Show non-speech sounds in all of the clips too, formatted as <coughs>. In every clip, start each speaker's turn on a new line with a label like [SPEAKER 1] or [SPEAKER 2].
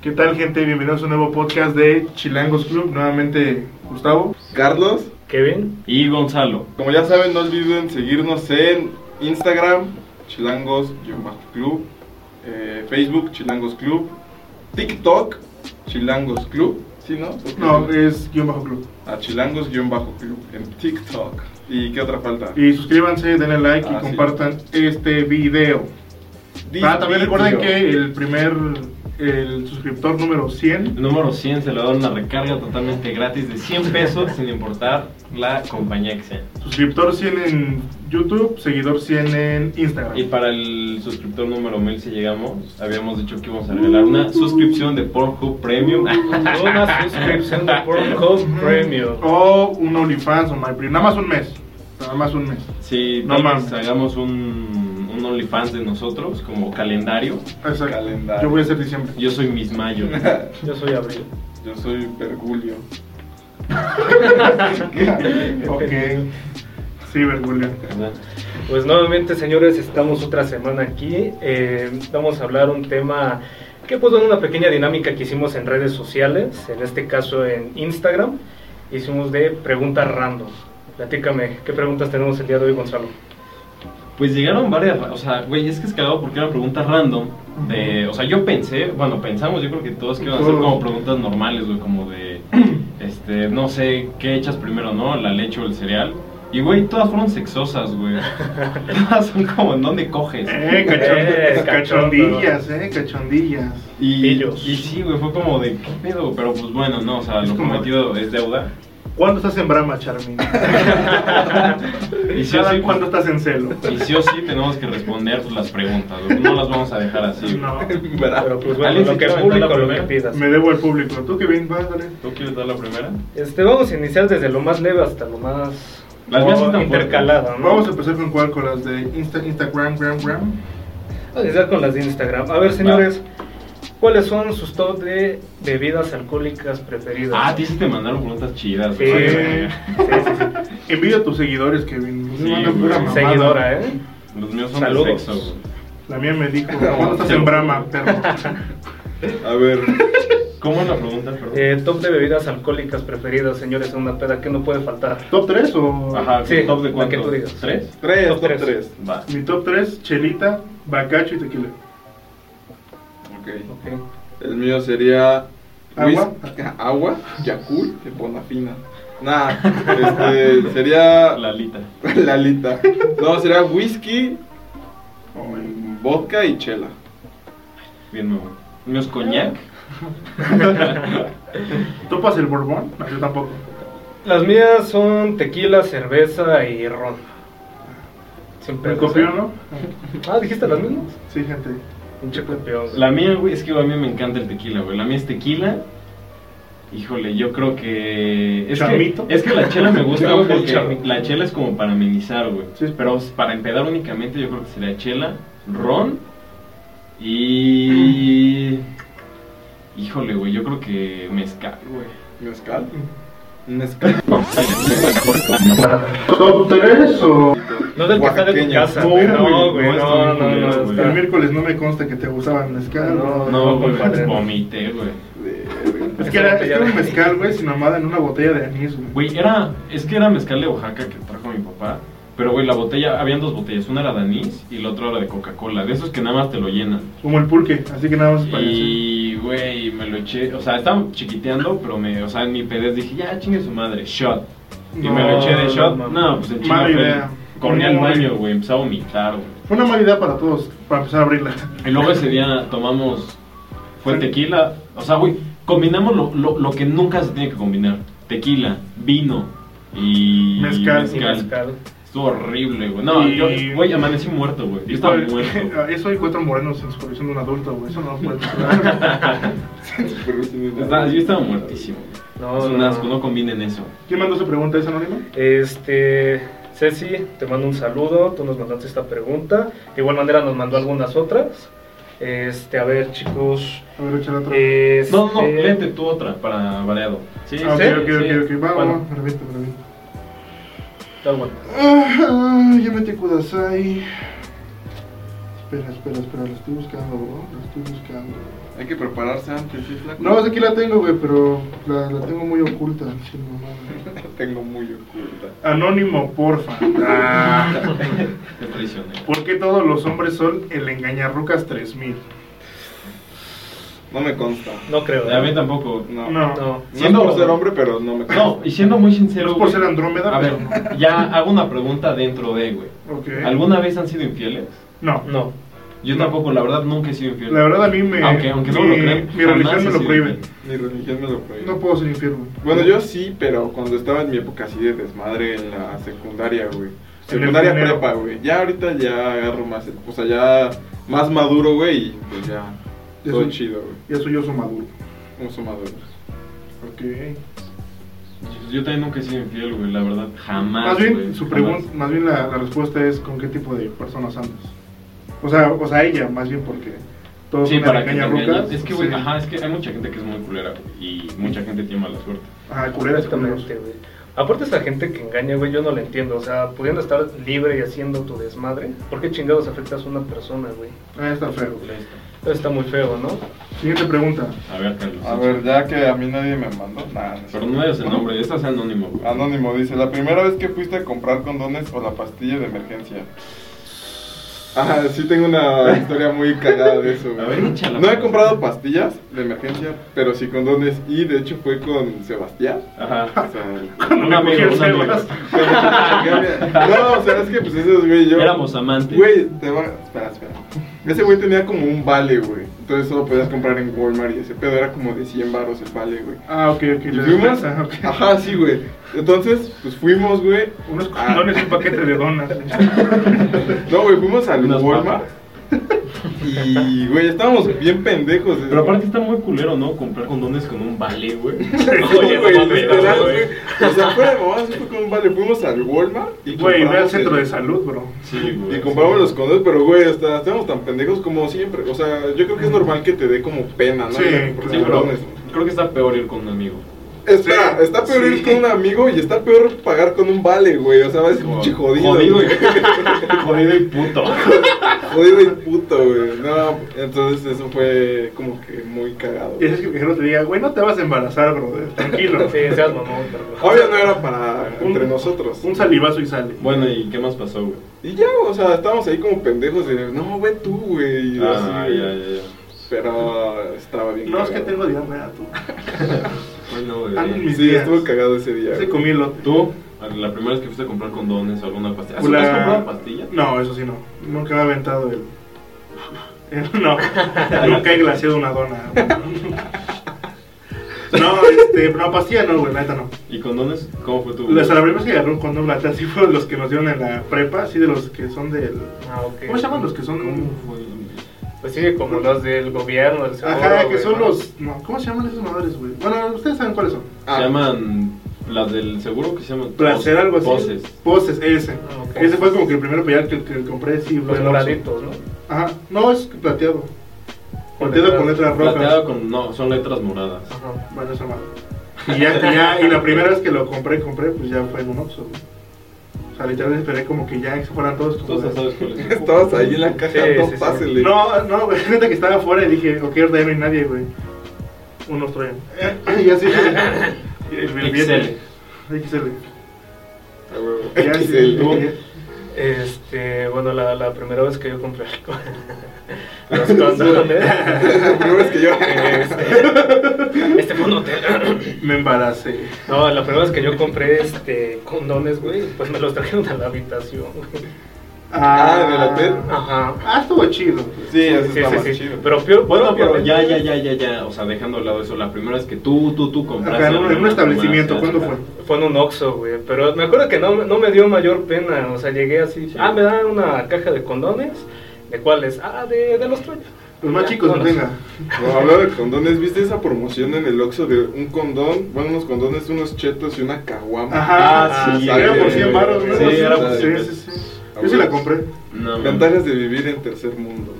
[SPEAKER 1] ¿Qué tal, gente? Bienvenidos a un nuevo podcast de Chilangos Club. Nuevamente, Gustavo.
[SPEAKER 2] Carlos,
[SPEAKER 3] Kevin.
[SPEAKER 4] Y Gonzalo.
[SPEAKER 2] como ya saben, no olviden seguirnos en Instagram, chilangos-club, eh, Facebook, chilangos club, TikTok, chilangos club, ¿sí, no?
[SPEAKER 1] No, es guión bajo club.
[SPEAKER 2] A chilangos-club en TikTok. ¿Y qué otra falta?
[SPEAKER 1] Y suscríbanse, denle like y
[SPEAKER 2] Ah, sí.
[SPEAKER 1] compartan este video. Ah, también recuerden que el primer, el suscriptor número 100
[SPEAKER 4] El número 100 se le da una recarga totalmente gratis de 100 pesos sin importar la compañía que sea.
[SPEAKER 1] Suscriptor 100 en YouTube, seguidor 100 en Instagram.
[SPEAKER 4] Y para el suscriptor número 1000 si llegamos, habíamos dicho que íbamos a regalar una suscripción de Pornhub Premium. <laughs>
[SPEAKER 3] Una suscripción de Pornhub Premium.
[SPEAKER 1] O un OnlyFans o MyPri. Nada más un mes. Nada más un mes.
[SPEAKER 4] Sí,
[SPEAKER 1] No
[SPEAKER 4] tal
[SPEAKER 1] mames.
[SPEAKER 4] vez hagamos un, un OnlyFans de nosotros como calendario.
[SPEAKER 1] Exacto.
[SPEAKER 2] Calendario.
[SPEAKER 1] Yo voy a hacer <laughs> diciembre.
[SPEAKER 4] Yo soy Miss Mayo.
[SPEAKER 3] Yo soy Abril.
[SPEAKER 2] Yo soy
[SPEAKER 1] <laughs>
[SPEAKER 2] <laughs> Pergulio.
[SPEAKER 1] ok. Sí, Bergulia.
[SPEAKER 4] ¿Verdad?
[SPEAKER 3] Pues nuevamente, señores, estamos otra semana aquí. Eh, vamos a hablar un tema que pues en una pequeña dinámica que hicimos en redes sociales, en este caso en Instagram, hicimos de preguntas random. Platícame, ¿qué preguntas tenemos el día de
[SPEAKER 4] <laughs>
[SPEAKER 3] hoy, Gonzalo?
[SPEAKER 4] Pues llegaron varias, ra- o sea, güey, es que es cagado porque era una pregunta random de, o sea, yo pensé, bueno, pensamos, yo creo que todos que iban a ser como preguntas normales, güey, como de,
[SPEAKER 1] <clears throat>
[SPEAKER 4] este, no sé, ¿qué echas primero, no? ¿La leche o el cereal? Y, güey, todas fueron sexosas,
[SPEAKER 1] <laughs>
[SPEAKER 4] güey. Todas son como, ¿en dónde coges?
[SPEAKER 1] Eh,
[SPEAKER 3] Eh,
[SPEAKER 1] cachond-
[SPEAKER 3] cachondo.
[SPEAKER 1] cachondillas, eh, cachondillas.
[SPEAKER 4] Y,
[SPEAKER 3] pillos.
[SPEAKER 4] y sí, güey, fue como de, ¿qué pedo? Pero, pues, bueno, no, o sea,
[SPEAKER 1] Es
[SPEAKER 4] lo
[SPEAKER 1] como-
[SPEAKER 4] prometido es
[SPEAKER 1] <laughs>
[SPEAKER 4] deuda.
[SPEAKER 1] ¿Cuándo estás en Brahma, Charmin?
[SPEAKER 4] <laughs> Y sí, o
[SPEAKER 1] Cada
[SPEAKER 4] sí, pues,
[SPEAKER 1] cuándo estás en celo?
[SPEAKER 4] y sí o sí tenemos que responder pues, las preguntas, güey. No las vamos a dejar así.
[SPEAKER 1] <laughs>
[SPEAKER 4] güey. <laughs>
[SPEAKER 1] No,
[SPEAKER 3] Pero pues bueno,
[SPEAKER 4] ¿Alguien
[SPEAKER 3] lo
[SPEAKER 4] se
[SPEAKER 3] que
[SPEAKER 4] quiere aventar la
[SPEAKER 3] público, lo que
[SPEAKER 4] primera?
[SPEAKER 3] pidas.
[SPEAKER 1] me debo al público. ¿Tú qué bien vas, dale?
[SPEAKER 4] ¿Tú quieres dar la primera?
[SPEAKER 3] Este, vamos a iniciar desde lo más leve hasta lo más
[SPEAKER 4] Las mías sí están
[SPEAKER 3] intercalado, ¿no?
[SPEAKER 1] Vamos a empezar con cuál, con las de Insta- Instagram, Gram, Gram.
[SPEAKER 3] Vamos a iniciar con las de Instagram. A ver, señores, ¿cuáles son sus top de bebidas alcohólicas preferidas?
[SPEAKER 4] Ah, a ti sí te mandaron preguntas chidas.
[SPEAKER 3] Sí,
[SPEAKER 4] güey.
[SPEAKER 3] sí, sí,
[SPEAKER 1] Envidia a tus seguidores, Kevin.
[SPEAKER 4] Sí,
[SPEAKER 1] Mandan
[SPEAKER 4] güey.
[SPEAKER 1] pura
[SPEAKER 3] sí.
[SPEAKER 1] mamada.
[SPEAKER 3] Seguidora, ¿eh?
[SPEAKER 4] Los míos son
[SPEAKER 3] Saludos.
[SPEAKER 4] de sexo. güey.
[SPEAKER 1] La mía me dijo, ¿cuándo estás en Brahma, perro?
[SPEAKER 2] A ver,
[SPEAKER 4] ¿Cómo es la pregunta, perdón?
[SPEAKER 3] Eh, top de bebidas alcohólicas preferidas, señores, en una peda que no puede faltar.
[SPEAKER 1] ¿Top 3 o...?
[SPEAKER 4] Ajá,
[SPEAKER 3] sí,
[SPEAKER 4] ¿top de
[SPEAKER 3] la
[SPEAKER 4] cuánto?
[SPEAKER 3] que tú digas.
[SPEAKER 4] ¿Tres?
[SPEAKER 2] tres,
[SPEAKER 3] Top
[SPEAKER 2] top
[SPEAKER 3] tres.
[SPEAKER 2] tres.
[SPEAKER 4] Va.
[SPEAKER 1] Mi top 3, chelita, bacacho y tequila.
[SPEAKER 2] Ok.
[SPEAKER 3] Ok.
[SPEAKER 2] El mío sería
[SPEAKER 1] Agua.
[SPEAKER 2] whis- <laughs> agua, Yakul,
[SPEAKER 1] <laughs>
[SPEAKER 2] de Bonafina. Nah, este sería
[SPEAKER 4] Lalita.
[SPEAKER 2] <laughs> Lalita. No, sería whisky, vodka y chela.
[SPEAKER 4] Bien, nuevo. Míos <laughs>
[SPEAKER 3] <laughs>
[SPEAKER 4] coñac.
[SPEAKER 1] ¿Topas el Borbón? No, yo tampoco.
[SPEAKER 3] Las mías son tequila, cerveza y ron. Sin
[SPEAKER 1] ¿Me
[SPEAKER 3] pedos,
[SPEAKER 1] copió,
[SPEAKER 3] ¿eh?
[SPEAKER 1] no?
[SPEAKER 3] Ah, ¿dijiste las mismas?
[SPEAKER 1] Sí, gente.
[SPEAKER 3] Pinche copión. güey.
[SPEAKER 4] La mía, güey, es que güey, a mí me encanta el tequila, güey. La mía es tequila. Híjole, yo creo que... Es, que,
[SPEAKER 1] Chamito.
[SPEAKER 4] es que la chela me gusta, güey,
[SPEAKER 3] El
[SPEAKER 4] porque
[SPEAKER 3] chamito.
[SPEAKER 4] la chela es como para amenizar, güey.
[SPEAKER 1] Sí.
[SPEAKER 4] Pero para empedar únicamente yo creo que sería chela, ron y... Híjole, güey, yo creo que mezcal, güey.
[SPEAKER 2] Mezcal. Mezcal.
[SPEAKER 1] ¿Top 3 o...?
[SPEAKER 3] No del que está de tu
[SPEAKER 2] Oaxaqueña.
[SPEAKER 3] casa.
[SPEAKER 1] No,
[SPEAKER 3] güey,
[SPEAKER 1] güey,
[SPEAKER 3] No, güey,
[SPEAKER 4] no, está
[SPEAKER 3] no,
[SPEAKER 4] bien
[SPEAKER 3] no, no,
[SPEAKER 4] culero, güey.
[SPEAKER 1] El
[SPEAKER 3] está-
[SPEAKER 1] miércoles no me consta que te gustaba el mezcal.
[SPEAKER 3] No,
[SPEAKER 4] Ah, No, güey,
[SPEAKER 3] compadre, no.
[SPEAKER 4] vomité, güey.
[SPEAKER 2] Verga.
[SPEAKER 1] Es que era, es que era un mezcal, güey, sin mamada, en una botella de anís, güey.
[SPEAKER 4] Güey, era, es que era mezcal de Oaxaca que trajo mi papá. Pero, güey, la botella, habían dos botellas. Una era de anís y la otra era de Coca-Cola. De esos que nada más te lo llenan.
[SPEAKER 1] Como el pulque, así que nada más parece.
[SPEAKER 4] Y, güey, me lo eché. O sea, estaba chiquiteando, pero me, o sea, en mi pedez dije, ya chingue su madre, shot. Y me lo
[SPEAKER 1] No,
[SPEAKER 4] eché de shot.
[SPEAKER 3] no,
[SPEAKER 4] No,
[SPEAKER 3] no.
[SPEAKER 4] pues en
[SPEAKER 1] Mala
[SPEAKER 4] chinga
[SPEAKER 1] idea.
[SPEAKER 4] fue- Corrí al
[SPEAKER 1] No, güey.
[SPEAKER 4] baño, güey, empecé a vomitar, güey.
[SPEAKER 1] Fue una mala idea para todos, para empezar a abrirla.
[SPEAKER 4] Y luego ese día tomamos. Fue
[SPEAKER 1] Sí.
[SPEAKER 4] tequila. O sea, güey, combinamos lo, lo, lo que nunca se tiene que combinar: tequila, vino y.
[SPEAKER 1] Mezcal.
[SPEAKER 3] Y mezcal.
[SPEAKER 4] Estuvo horrible, güey. No,
[SPEAKER 1] Y-
[SPEAKER 4] yo, güey, amanecí muerto, güey. Yo estaba muerto. <laughs>
[SPEAKER 1] <laughs>
[SPEAKER 4] güey.
[SPEAKER 1] Eso y cuatro morenos en supervisión de un adulto, güey. Eso no lo puedes lograr.
[SPEAKER 2] Pero sin
[SPEAKER 4] Yo
[SPEAKER 2] nada.
[SPEAKER 4] estaba- yo estaba muertísimo.
[SPEAKER 3] No,
[SPEAKER 4] es un
[SPEAKER 3] Oh, no,
[SPEAKER 4] asco,
[SPEAKER 3] no.
[SPEAKER 4] no combinen eso.
[SPEAKER 1] <laughs> ¿Quién mandó su pregunta? ¿Es anónimo?
[SPEAKER 3] Este, Ceci, te mando un saludo, tú nos mandaste esta pregunta, de igual manera nos mandó algunas otras. Este, a ver chicos,
[SPEAKER 1] A ver, échale otra.
[SPEAKER 3] este,
[SPEAKER 4] No, no, léete tú otra para variado. Eh, Sí,
[SPEAKER 1] Ah, ok,
[SPEAKER 3] sí,
[SPEAKER 1] ok,
[SPEAKER 4] sí.
[SPEAKER 1] ok, ok. Va, va,
[SPEAKER 4] Bueno.
[SPEAKER 1] va. Permíteme, permíteme.
[SPEAKER 3] está bueno.
[SPEAKER 1] Ah, ah, ya metí Kudasai. Espera, espera, espera, lo estoy buscando, bro. Lo estoy buscando.
[SPEAKER 2] Hay que prepararse antes, ¿sí, flaco?
[SPEAKER 1] No, es aquí la tengo, güey, pero la, la tengo muy oculta. sin mamada.
[SPEAKER 2] Tengo muy oculta.
[SPEAKER 1] Anónimo, porfa. Ah. <laughs>
[SPEAKER 4] <laughs> Te traicioné.
[SPEAKER 1] ¿Por qué todos los hombres son el engañarrucas 3000?
[SPEAKER 2] No me consta.
[SPEAKER 3] No creo.
[SPEAKER 4] A mí tampoco.
[SPEAKER 2] No.
[SPEAKER 1] No.
[SPEAKER 3] No.
[SPEAKER 2] No es por ser hombre, pero no me consta.
[SPEAKER 4] No, y siendo muy sincero.
[SPEAKER 1] Es por ser
[SPEAKER 4] güey,
[SPEAKER 1] Andrómeda,
[SPEAKER 4] A
[SPEAKER 1] pero
[SPEAKER 4] ver, ya hago una pregunta dentro de, güey.
[SPEAKER 1] no. Ok.
[SPEAKER 4] ¿Alguna vez han sido infieles?
[SPEAKER 1] No.
[SPEAKER 3] No.
[SPEAKER 4] Yo
[SPEAKER 1] No.
[SPEAKER 4] tampoco, la verdad, nunca he sido infiel.
[SPEAKER 1] La verdad a mí me...
[SPEAKER 4] Aunque- aunque no
[SPEAKER 1] mi,
[SPEAKER 4] lo crean,
[SPEAKER 1] Mi
[SPEAKER 4] jamás
[SPEAKER 1] religión
[SPEAKER 4] he
[SPEAKER 1] me lo
[SPEAKER 4] sido
[SPEAKER 1] prohíbe.
[SPEAKER 4] infiel.
[SPEAKER 2] Mi religión me lo prohíbe.
[SPEAKER 1] No puedo ser infiel, güey.
[SPEAKER 2] Bueno, yo sí, pero cuando estaba en mi época así de desmadre en la secundaria, güey.
[SPEAKER 1] En el
[SPEAKER 2] Secundaria
[SPEAKER 1] primero.
[SPEAKER 2] prepa, güey. Ya ahorita ya agarro más, el- o sea, ya más maduro, güey, y pues ya.
[SPEAKER 1] Ya
[SPEAKER 2] Todo
[SPEAKER 1] soy-
[SPEAKER 2] chido, güey.
[SPEAKER 1] Ya soy yo soy maduro.
[SPEAKER 2] Somos maduros.
[SPEAKER 1] Ok.
[SPEAKER 4] Yo también nunca he sido infiel, güey, la verdad. Jamás.
[SPEAKER 1] Más bien,
[SPEAKER 4] güey,
[SPEAKER 1] su
[SPEAKER 4] jamás.
[SPEAKER 1] pregunta, más bien la, la respuesta es con qué tipo de personas andas. O sea, o sea, ella, más bien porque todos
[SPEAKER 4] Sí,
[SPEAKER 1] son
[SPEAKER 4] para que te
[SPEAKER 1] engañarrucas,
[SPEAKER 4] engañen. Es que, güey,
[SPEAKER 1] sí.
[SPEAKER 4] ajá, es que hay mucha gente que es muy culera, güey, y mucha gente tiene mala suerte.
[SPEAKER 1] Ajá, culeras, culeros.
[SPEAKER 3] Exactamente, güey. Aparte esa gente que engaña, güey, yo no la entiendo. O sea, pudiendo estar libre y haciendo tu desmadre, ¿por qué chingados afectas a una persona, güey?
[SPEAKER 1] Ah, está feo.
[SPEAKER 3] Eso está muy feo, ¿no?
[SPEAKER 1] Siguiente pregunta.
[SPEAKER 4] A ver, Carlos.
[SPEAKER 2] A ver, ya que a mí nadie me mandó nada.
[SPEAKER 4] Pero no digas el nombre, estás anónimo, güey.
[SPEAKER 2] Anónimo dice, la primera vez que fuiste a comprar condones o la pastilla de emergencia. Ah, sí tengo <laughs> una historia muy cagada de eso. güey.
[SPEAKER 4] A ver, échala.
[SPEAKER 2] no he comprado pastillas de emergencia, pero sí condones y de hecho fue con Sebastián.
[SPEAKER 4] Ajá.
[SPEAKER 2] O <laughs> sea,
[SPEAKER 1] Cuando
[SPEAKER 4] Un
[SPEAKER 1] me
[SPEAKER 4] amigo,
[SPEAKER 1] cogí
[SPEAKER 4] un
[SPEAKER 1] el
[SPEAKER 4] amigo.
[SPEAKER 1] cebras.
[SPEAKER 2] <laughs> No, o sea, es que pues esos güey yo.
[SPEAKER 4] Éramos amantes.
[SPEAKER 2] Güey, te va. Espera, espera. Ese güey tenía como un vale, güey. Entonces solo podías comprar en Walmart y ese pedo era como de 100 baros el vale, güey.
[SPEAKER 1] Ah, ok, ok.
[SPEAKER 2] Y
[SPEAKER 1] la
[SPEAKER 2] fuimos.
[SPEAKER 1] respuesta, ah, ok.
[SPEAKER 2] Ajá, sí, güey. Entonces, pues fuimos, güey.
[SPEAKER 1] Unos
[SPEAKER 2] Ah.
[SPEAKER 1] condones y un paquete de donas.
[SPEAKER 2] No, güey, fuimos al
[SPEAKER 4] Unas
[SPEAKER 2] Walmart. Y, güey, estábamos bien pendejos.
[SPEAKER 4] Pero aparte está muy culero, ¿no? Comprar condones con un vale, güey.
[SPEAKER 2] Oye,
[SPEAKER 4] Oye,
[SPEAKER 2] güey,
[SPEAKER 4] no mames,
[SPEAKER 2] literal,
[SPEAKER 4] güey.
[SPEAKER 2] güey. O sea, fuera de mamá, fue como un vale. Fuimos al Walmart y
[SPEAKER 1] Güey, ve al
[SPEAKER 2] compramos
[SPEAKER 1] centro
[SPEAKER 2] el-
[SPEAKER 1] de salud, bro.
[SPEAKER 4] Sí, güey.
[SPEAKER 2] Y compramos los condones, pero güey, hasta estamos tan pendejos como siempre. O sea, yo creo que es normal que te dé como pena, ¿no?
[SPEAKER 1] Sí,
[SPEAKER 2] Por
[SPEAKER 4] Sí,
[SPEAKER 2] los
[SPEAKER 4] pero
[SPEAKER 2] condones.
[SPEAKER 4] creo que está peor ir con un amigo.
[SPEAKER 2] Espera,
[SPEAKER 1] Sí,
[SPEAKER 2] está peor
[SPEAKER 1] sí.
[SPEAKER 2] ir con un amigo y está peor pagar con un vale, güey. O sea, vas
[SPEAKER 4] Como-
[SPEAKER 2] pinche jodido.
[SPEAKER 4] Jodido
[SPEAKER 2] güey.
[SPEAKER 4] y,
[SPEAKER 2] <laughs>
[SPEAKER 4] jodido y puto.
[SPEAKER 2] Jodido y puto, güey. No, entonces eso fue como que muy cagado.
[SPEAKER 1] Y es que el otro día, güey, no te vas a embarazar, brother. Tranquilo.
[SPEAKER 3] Sí, seas mamón, pero...
[SPEAKER 2] Obvio no era para entre
[SPEAKER 1] Un-
[SPEAKER 2] nosotros.
[SPEAKER 1] Un salivazo y sale.
[SPEAKER 4] Bueno, ¿y qué más pasó, güey?
[SPEAKER 2] Y ya, o sea, estábamos ahí como pendejos de, no, güey, tú, güey. y así,
[SPEAKER 4] Ah,
[SPEAKER 2] güey.
[SPEAKER 4] ya, ya, ya.
[SPEAKER 2] Pero estaba bien
[SPEAKER 1] No, es que
[SPEAKER 2] cagado.
[SPEAKER 1] tengo diarrea, tú.
[SPEAKER 4] Bueno, eh,
[SPEAKER 1] Ando en
[SPEAKER 4] güey.
[SPEAKER 1] mis
[SPEAKER 2] Sí,
[SPEAKER 1] días.
[SPEAKER 2] estuvo cagado ese día.
[SPEAKER 1] Se
[SPEAKER 2] güey.
[SPEAKER 1] comí elote.
[SPEAKER 4] ¿Tú? La primera vez que fuiste a comprar condones o alguna pastilla. ¿Has,
[SPEAKER 1] La-
[SPEAKER 4] has comprado pastilla?
[SPEAKER 1] No, eso sí no. Nunca me he aventado el. el- <laughs> No, nunca he glaseado una dona. No, este, no, pastilla no, güey, la neta no.
[SPEAKER 4] ¿Y condones? ¿Cómo fue tu
[SPEAKER 1] Las la primera vez que agarré un condón, la neta, sí fue de los que nos dieron en la prepa, sí, de los que son del.
[SPEAKER 3] Ah, ok.
[SPEAKER 1] ¿Cómo se llaman los que
[SPEAKER 4] ¿Cómo
[SPEAKER 1] son.?
[SPEAKER 4] fue?
[SPEAKER 3] Pues sí, como los del gobierno, del seguro,
[SPEAKER 1] Ajá, que
[SPEAKER 3] güey,
[SPEAKER 1] son
[SPEAKER 3] ¿no?
[SPEAKER 1] los. No, ¿Cómo se llaman esos madres, güey? Bueno, ustedes saben cuáles son.
[SPEAKER 2] Ah.
[SPEAKER 4] Se llaman las del seguro que se llaman
[SPEAKER 1] Placer, algo así.
[SPEAKER 4] Poses.
[SPEAKER 1] Poses, ese.
[SPEAKER 3] Ah, ok.
[SPEAKER 1] Ese fue como que el primero collar que, que compré, sí, fue
[SPEAKER 3] Los
[SPEAKER 1] en Oxxo.
[SPEAKER 3] moraditos, Pues ¿no?
[SPEAKER 1] Ajá, no, es plateado.
[SPEAKER 3] Con
[SPEAKER 1] Plateado
[SPEAKER 3] letras-
[SPEAKER 1] con letras rojas.
[SPEAKER 4] Plateado con no, son letras moradas.
[SPEAKER 3] Ajá.
[SPEAKER 1] Bueno, esa madre. Y ya, ya, y la primera vez que lo compré, compré, pues ya fue en un Oxxo, güey. O sea, literalmente esperé como que ya que se fueran todos. como
[SPEAKER 4] Tú ya
[SPEAKER 1] de-
[SPEAKER 4] sabes cuál es.
[SPEAKER 2] Estabas ahí en la caja,
[SPEAKER 3] Sí,
[SPEAKER 2] no
[SPEAKER 3] sí, sí.
[SPEAKER 2] pásele.
[SPEAKER 1] No, no, güey, <laughs> neta que estaba afuera y dije, ok, ahorita ya no hay nadie, güey. <laughs> Unos traen. y así. El, el billete. XL.
[SPEAKER 2] Ah, huevo.
[SPEAKER 1] Y así-
[SPEAKER 2] XL.
[SPEAKER 3] Este, bueno, la, la primera vez que yo compré los condones.
[SPEAKER 2] La primera vez que yo.
[SPEAKER 3] este, este fue un hotel.
[SPEAKER 1] <coughs> Me embaracé.
[SPEAKER 3] No, la primera vez que yo compré este condones, güey, pues me los trajeron a la habitación, güey.
[SPEAKER 2] Ah, ¿del hotel?
[SPEAKER 3] Ajá.
[SPEAKER 1] Ah, estuvo chido.
[SPEAKER 2] Sí, eso
[SPEAKER 3] Sí,
[SPEAKER 2] está
[SPEAKER 3] sí,
[SPEAKER 2] más
[SPEAKER 3] sí.
[SPEAKER 2] chido.
[SPEAKER 3] Pero peor,
[SPEAKER 4] Bueno, pero
[SPEAKER 3] peor, peor,
[SPEAKER 4] ya, ya, ya, ya, ya. O sea, dejando de lado eso, la primera vez que tú, tú, tú compraste.
[SPEAKER 1] Acá en un- en un
[SPEAKER 4] alguna
[SPEAKER 1] establecimiento,
[SPEAKER 4] farmacia,
[SPEAKER 1] ¿cuándo
[SPEAKER 4] ajá.
[SPEAKER 1] fue?
[SPEAKER 3] Fue en un Oxxo, güey, pero me acuerdo que no, no me dio mayor pena, o sea, llegué así,
[SPEAKER 4] Sí.
[SPEAKER 3] ah, me dan una caja de condones, ¿de cuáles? Ah, de, de los tuyos.
[SPEAKER 1] Los más chicos, no
[SPEAKER 3] Vámonos.
[SPEAKER 1] tenga.
[SPEAKER 2] No, hablando de condones, ¿viste esa promoción en el Oxxo de un condón? Bueno, unos condones, unos chetos y una caguama.
[SPEAKER 1] Ajá,
[SPEAKER 4] Ah,
[SPEAKER 1] ah,
[SPEAKER 4] sí,
[SPEAKER 1] sí, era por
[SPEAKER 4] güey.
[SPEAKER 1] 100 baros, ¿no?
[SPEAKER 4] Sí, era por
[SPEAKER 1] sí,
[SPEAKER 4] 100.
[SPEAKER 1] sí, sí. Yo sí la compré.
[SPEAKER 4] No, mames.
[SPEAKER 2] Ventajas de vivir en tercer mundo.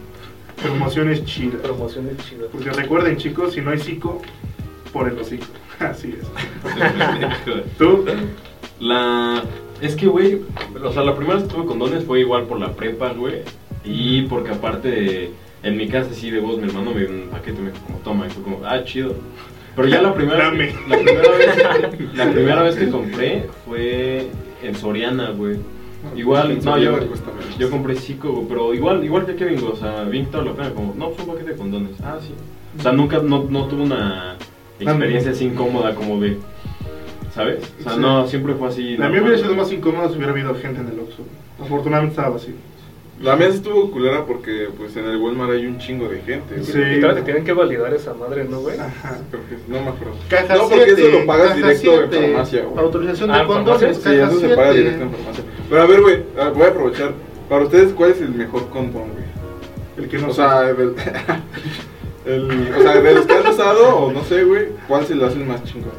[SPEAKER 1] Promociones chidas.
[SPEAKER 3] Promociones chidas.
[SPEAKER 1] Porque recuerden, chicos, si no hay psico, por el hocico. Así <laughs> es. ¿Tú?
[SPEAKER 4] La. Es que, güey, o sea, la primera vez que tuve condones fue igual por la prepa, güey. Y porque aparte, en mi casa así de voz, mi hermano me dio un paquete, me dijo como toma, y fue como, ah, chido. Pero ya la primera, vez, que- la primera
[SPEAKER 2] <laughs>
[SPEAKER 4] vez, la primera vez que compré fue en Soriana, güey. Igual,
[SPEAKER 2] Ah, En
[SPEAKER 4] no,
[SPEAKER 2] Soriana
[SPEAKER 4] yo,
[SPEAKER 2] cuesta menos.
[SPEAKER 4] yo compré cinco, güey, pero igual, igual que Kevin, güey, o sea, vi toda la pena, como, no, fue un paquete de condones. Ah, sí. O sea, nunca, no, no tuve una experiencia así incómoda como de, ¿sabes? O sea,
[SPEAKER 1] Sí.
[SPEAKER 4] no, siempre fue así.
[SPEAKER 1] La mía
[SPEAKER 4] normal,
[SPEAKER 1] hubiera sido
[SPEAKER 4] güey.
[SPEAKER 1] más incómoda si hubiera habido gente en el Oxxo. Afortunadamente estaba vacío.
[SPEAKER 2] La mía sí estuvo culera porque pues en el Walmart hay un chingo de gente. güey.
[SPEAKER 1] Sí.
[SPEAKER 3] Y todavía te tienen que validar esa madre, ¿no, güey?
[SPEAKER 4] Ah,
[SPEAKER 1] Ajá.
[SPEAKER 2] Creo que- No me acuerdo.
[SPEAKER 1] Caja
[SPEAKER 2] no, porque
[SPEAKER 1] siete,
[SPEAKER 2] eso lo pagas
[SPEAKER 1] caja
[SPEAKER 2] directo en
[SPEAKER 1] siete.
[SPEAKER 2] farmacia, güey.
[SPEAKER 1] Autorización
[SPEAKER 3] Ah,
[SPEAKER 1] de
[SPEAKER 3] en farmacia,
[SPEAKER 1] condones,
[SPEAKER 2] Sí, eso
[SPEAKER 1] caja
[SPEAKER 2] se paga
[SPEAKER 1] siete.
[SPEAKER 2] directo en farmacia. Pero a ver, güey, a- voy a aprovechar. Para ustedes, ¿cuál es el mejor condón, güey?
[SPEAKER 1] El que no
[SPEAKER 2] O sea, del, <laughs> el, o sea, de los que han usado, o no sé, güey, ¿cuál se le hace el más chingón?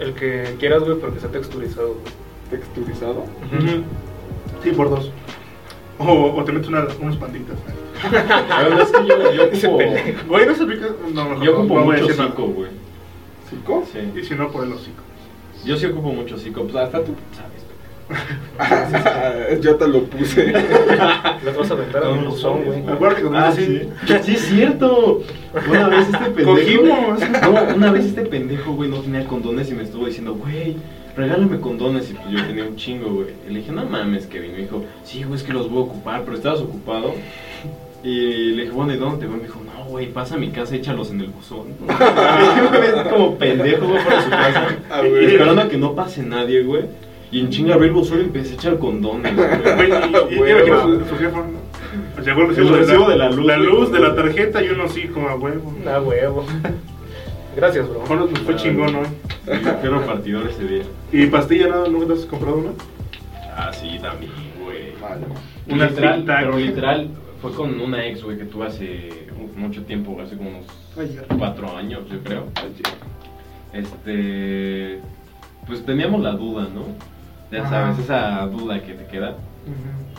[SPEAKER 3] El que quieras, güey, porque está
[SPEAKER 4] <laughs>
[SPEAKER 3] texturizado, güey.
[SPEAKER 2] ¿Texturizado?
[SPEAKER 1] Ujú. Sí, por dos. O, o te metes una- unas panditas.
[SPEAKER 4] La verdad es
[SPEAKER 1] <laughs>
[SPEAKER 4] que yo, yo
[SPEAKER 3] Ese pendejo.
[SPEAKER 4] ocupo,
[SPEAKER 1] Güey, no se pica. No, mejor
[SPEAKER 4] yo
[SPEAKER 1] no,
[SPEAKER 4] ocupo
[SPEAKER 1] no voy a
[SPEAKER 4] mucho
[SPEAKER 1] decir nada.
[SPEAKER 4] cinco, güey.
[SPEAKER 2] ¿Cinco? <laughs>
[SPEAKER 4] Sí.
[SPEAKER 1] Y si no, por el hocico.
[SPEAKER 4] Yo sí ocupo mucho psico, pues hasta tú sabes.
[SPEAKER 2] Yo Ah, te lo puse.
[SPEAKER 3] Las vas a aventar a
[SPEAKER 4] No,
[SPEAKER 3] un
[SPEAKER 4] no
[SPEAKER 3] buzón,
[SPEAKER 4] sabes,
[SPEAKER 3] güey.
[SPEAKER 4] güey.
[SPEAKER 1] Acuérdate que cuando
[SPEAKER 4] ah,
[SPEAKER 1] era
[SPEAKER 4] sí. Sí, es cierto. Una vez este pendejo.
[SPEAKER 1] Cogimos.
[SPEAKER 4] No, una vez este pendejo, güey, no tenía condones y me estuvo diciendo, güey, regálame condones. Y pues yo tenía un chingo, güey. Y le dije, no mames, Kevin. Me dijo, sí, güey, es que los voy a ocupar, pero estabas ocupado. Y le dije, bueno, ¿y dónde te voy? Me dijo, no, güey, pasa a mi casa, échalos en el buzón. <laughs> Es como pendejo, güey, para su casa.
[SPEAKER 2] Ah,
[SPEAKER 4] y
[SPEAKER 2] güey.
[SPEAKER 4] esperando a que no pase nadie, güey. Y en chinga abrí el buzón y empecé a echar condones, <laughs> güey.
[SPEAKER 1] Güey, y, y,
[SPEAKER 2] Güey,
[SPEAKER 1] y imagino
[SPEAKER 2] güey.
[SPEAKER 1] su, su jefa. ¿no? Pues Llegó el
[SPEAKER 4] El
[SPEAKER 1] recibo,
[SPEAKER 4] recibo
[SPEAKER 1] de, la, luz. La
[SPEAKER 4] güey.
[SPEAKER 1] luz de la tarjeta y uno sí, como a huevo.
[SPEAKER 3] Ah, huevo. Gracias, bro.
[SPEAKER 1] Bueno, nos fue
[SPEAKER 4] Ah,
[SPEAKER 1] chingón hoy.
[SPEAKER 4] Sí, Pero partidor ese día.
[SPEAKER 1] ¿Y pastilla no? ¿Nunca te has comprado una?
[SPEAKER 4] Ah, sí, también, güey.
[SPEAKER 2] Vale, güey.
[SPEAKER 1] Una
[SPEAKER 4] literal,
[SPEAKER 1] Tic Tac.
[SPEAKER 4] pero literal, fue con una ex, güey, que tuve hace mucho tiempo, güey, hace como unos
[SPEAKER 1] Ayer.
[SPEAKER 4] cuatro años, yo creo. Este. Pues teníamos la duda, ¿no? Ya
[SPEAKER 1] Ajá.
[SPEAKER 4] sabes, esa duda que te queda.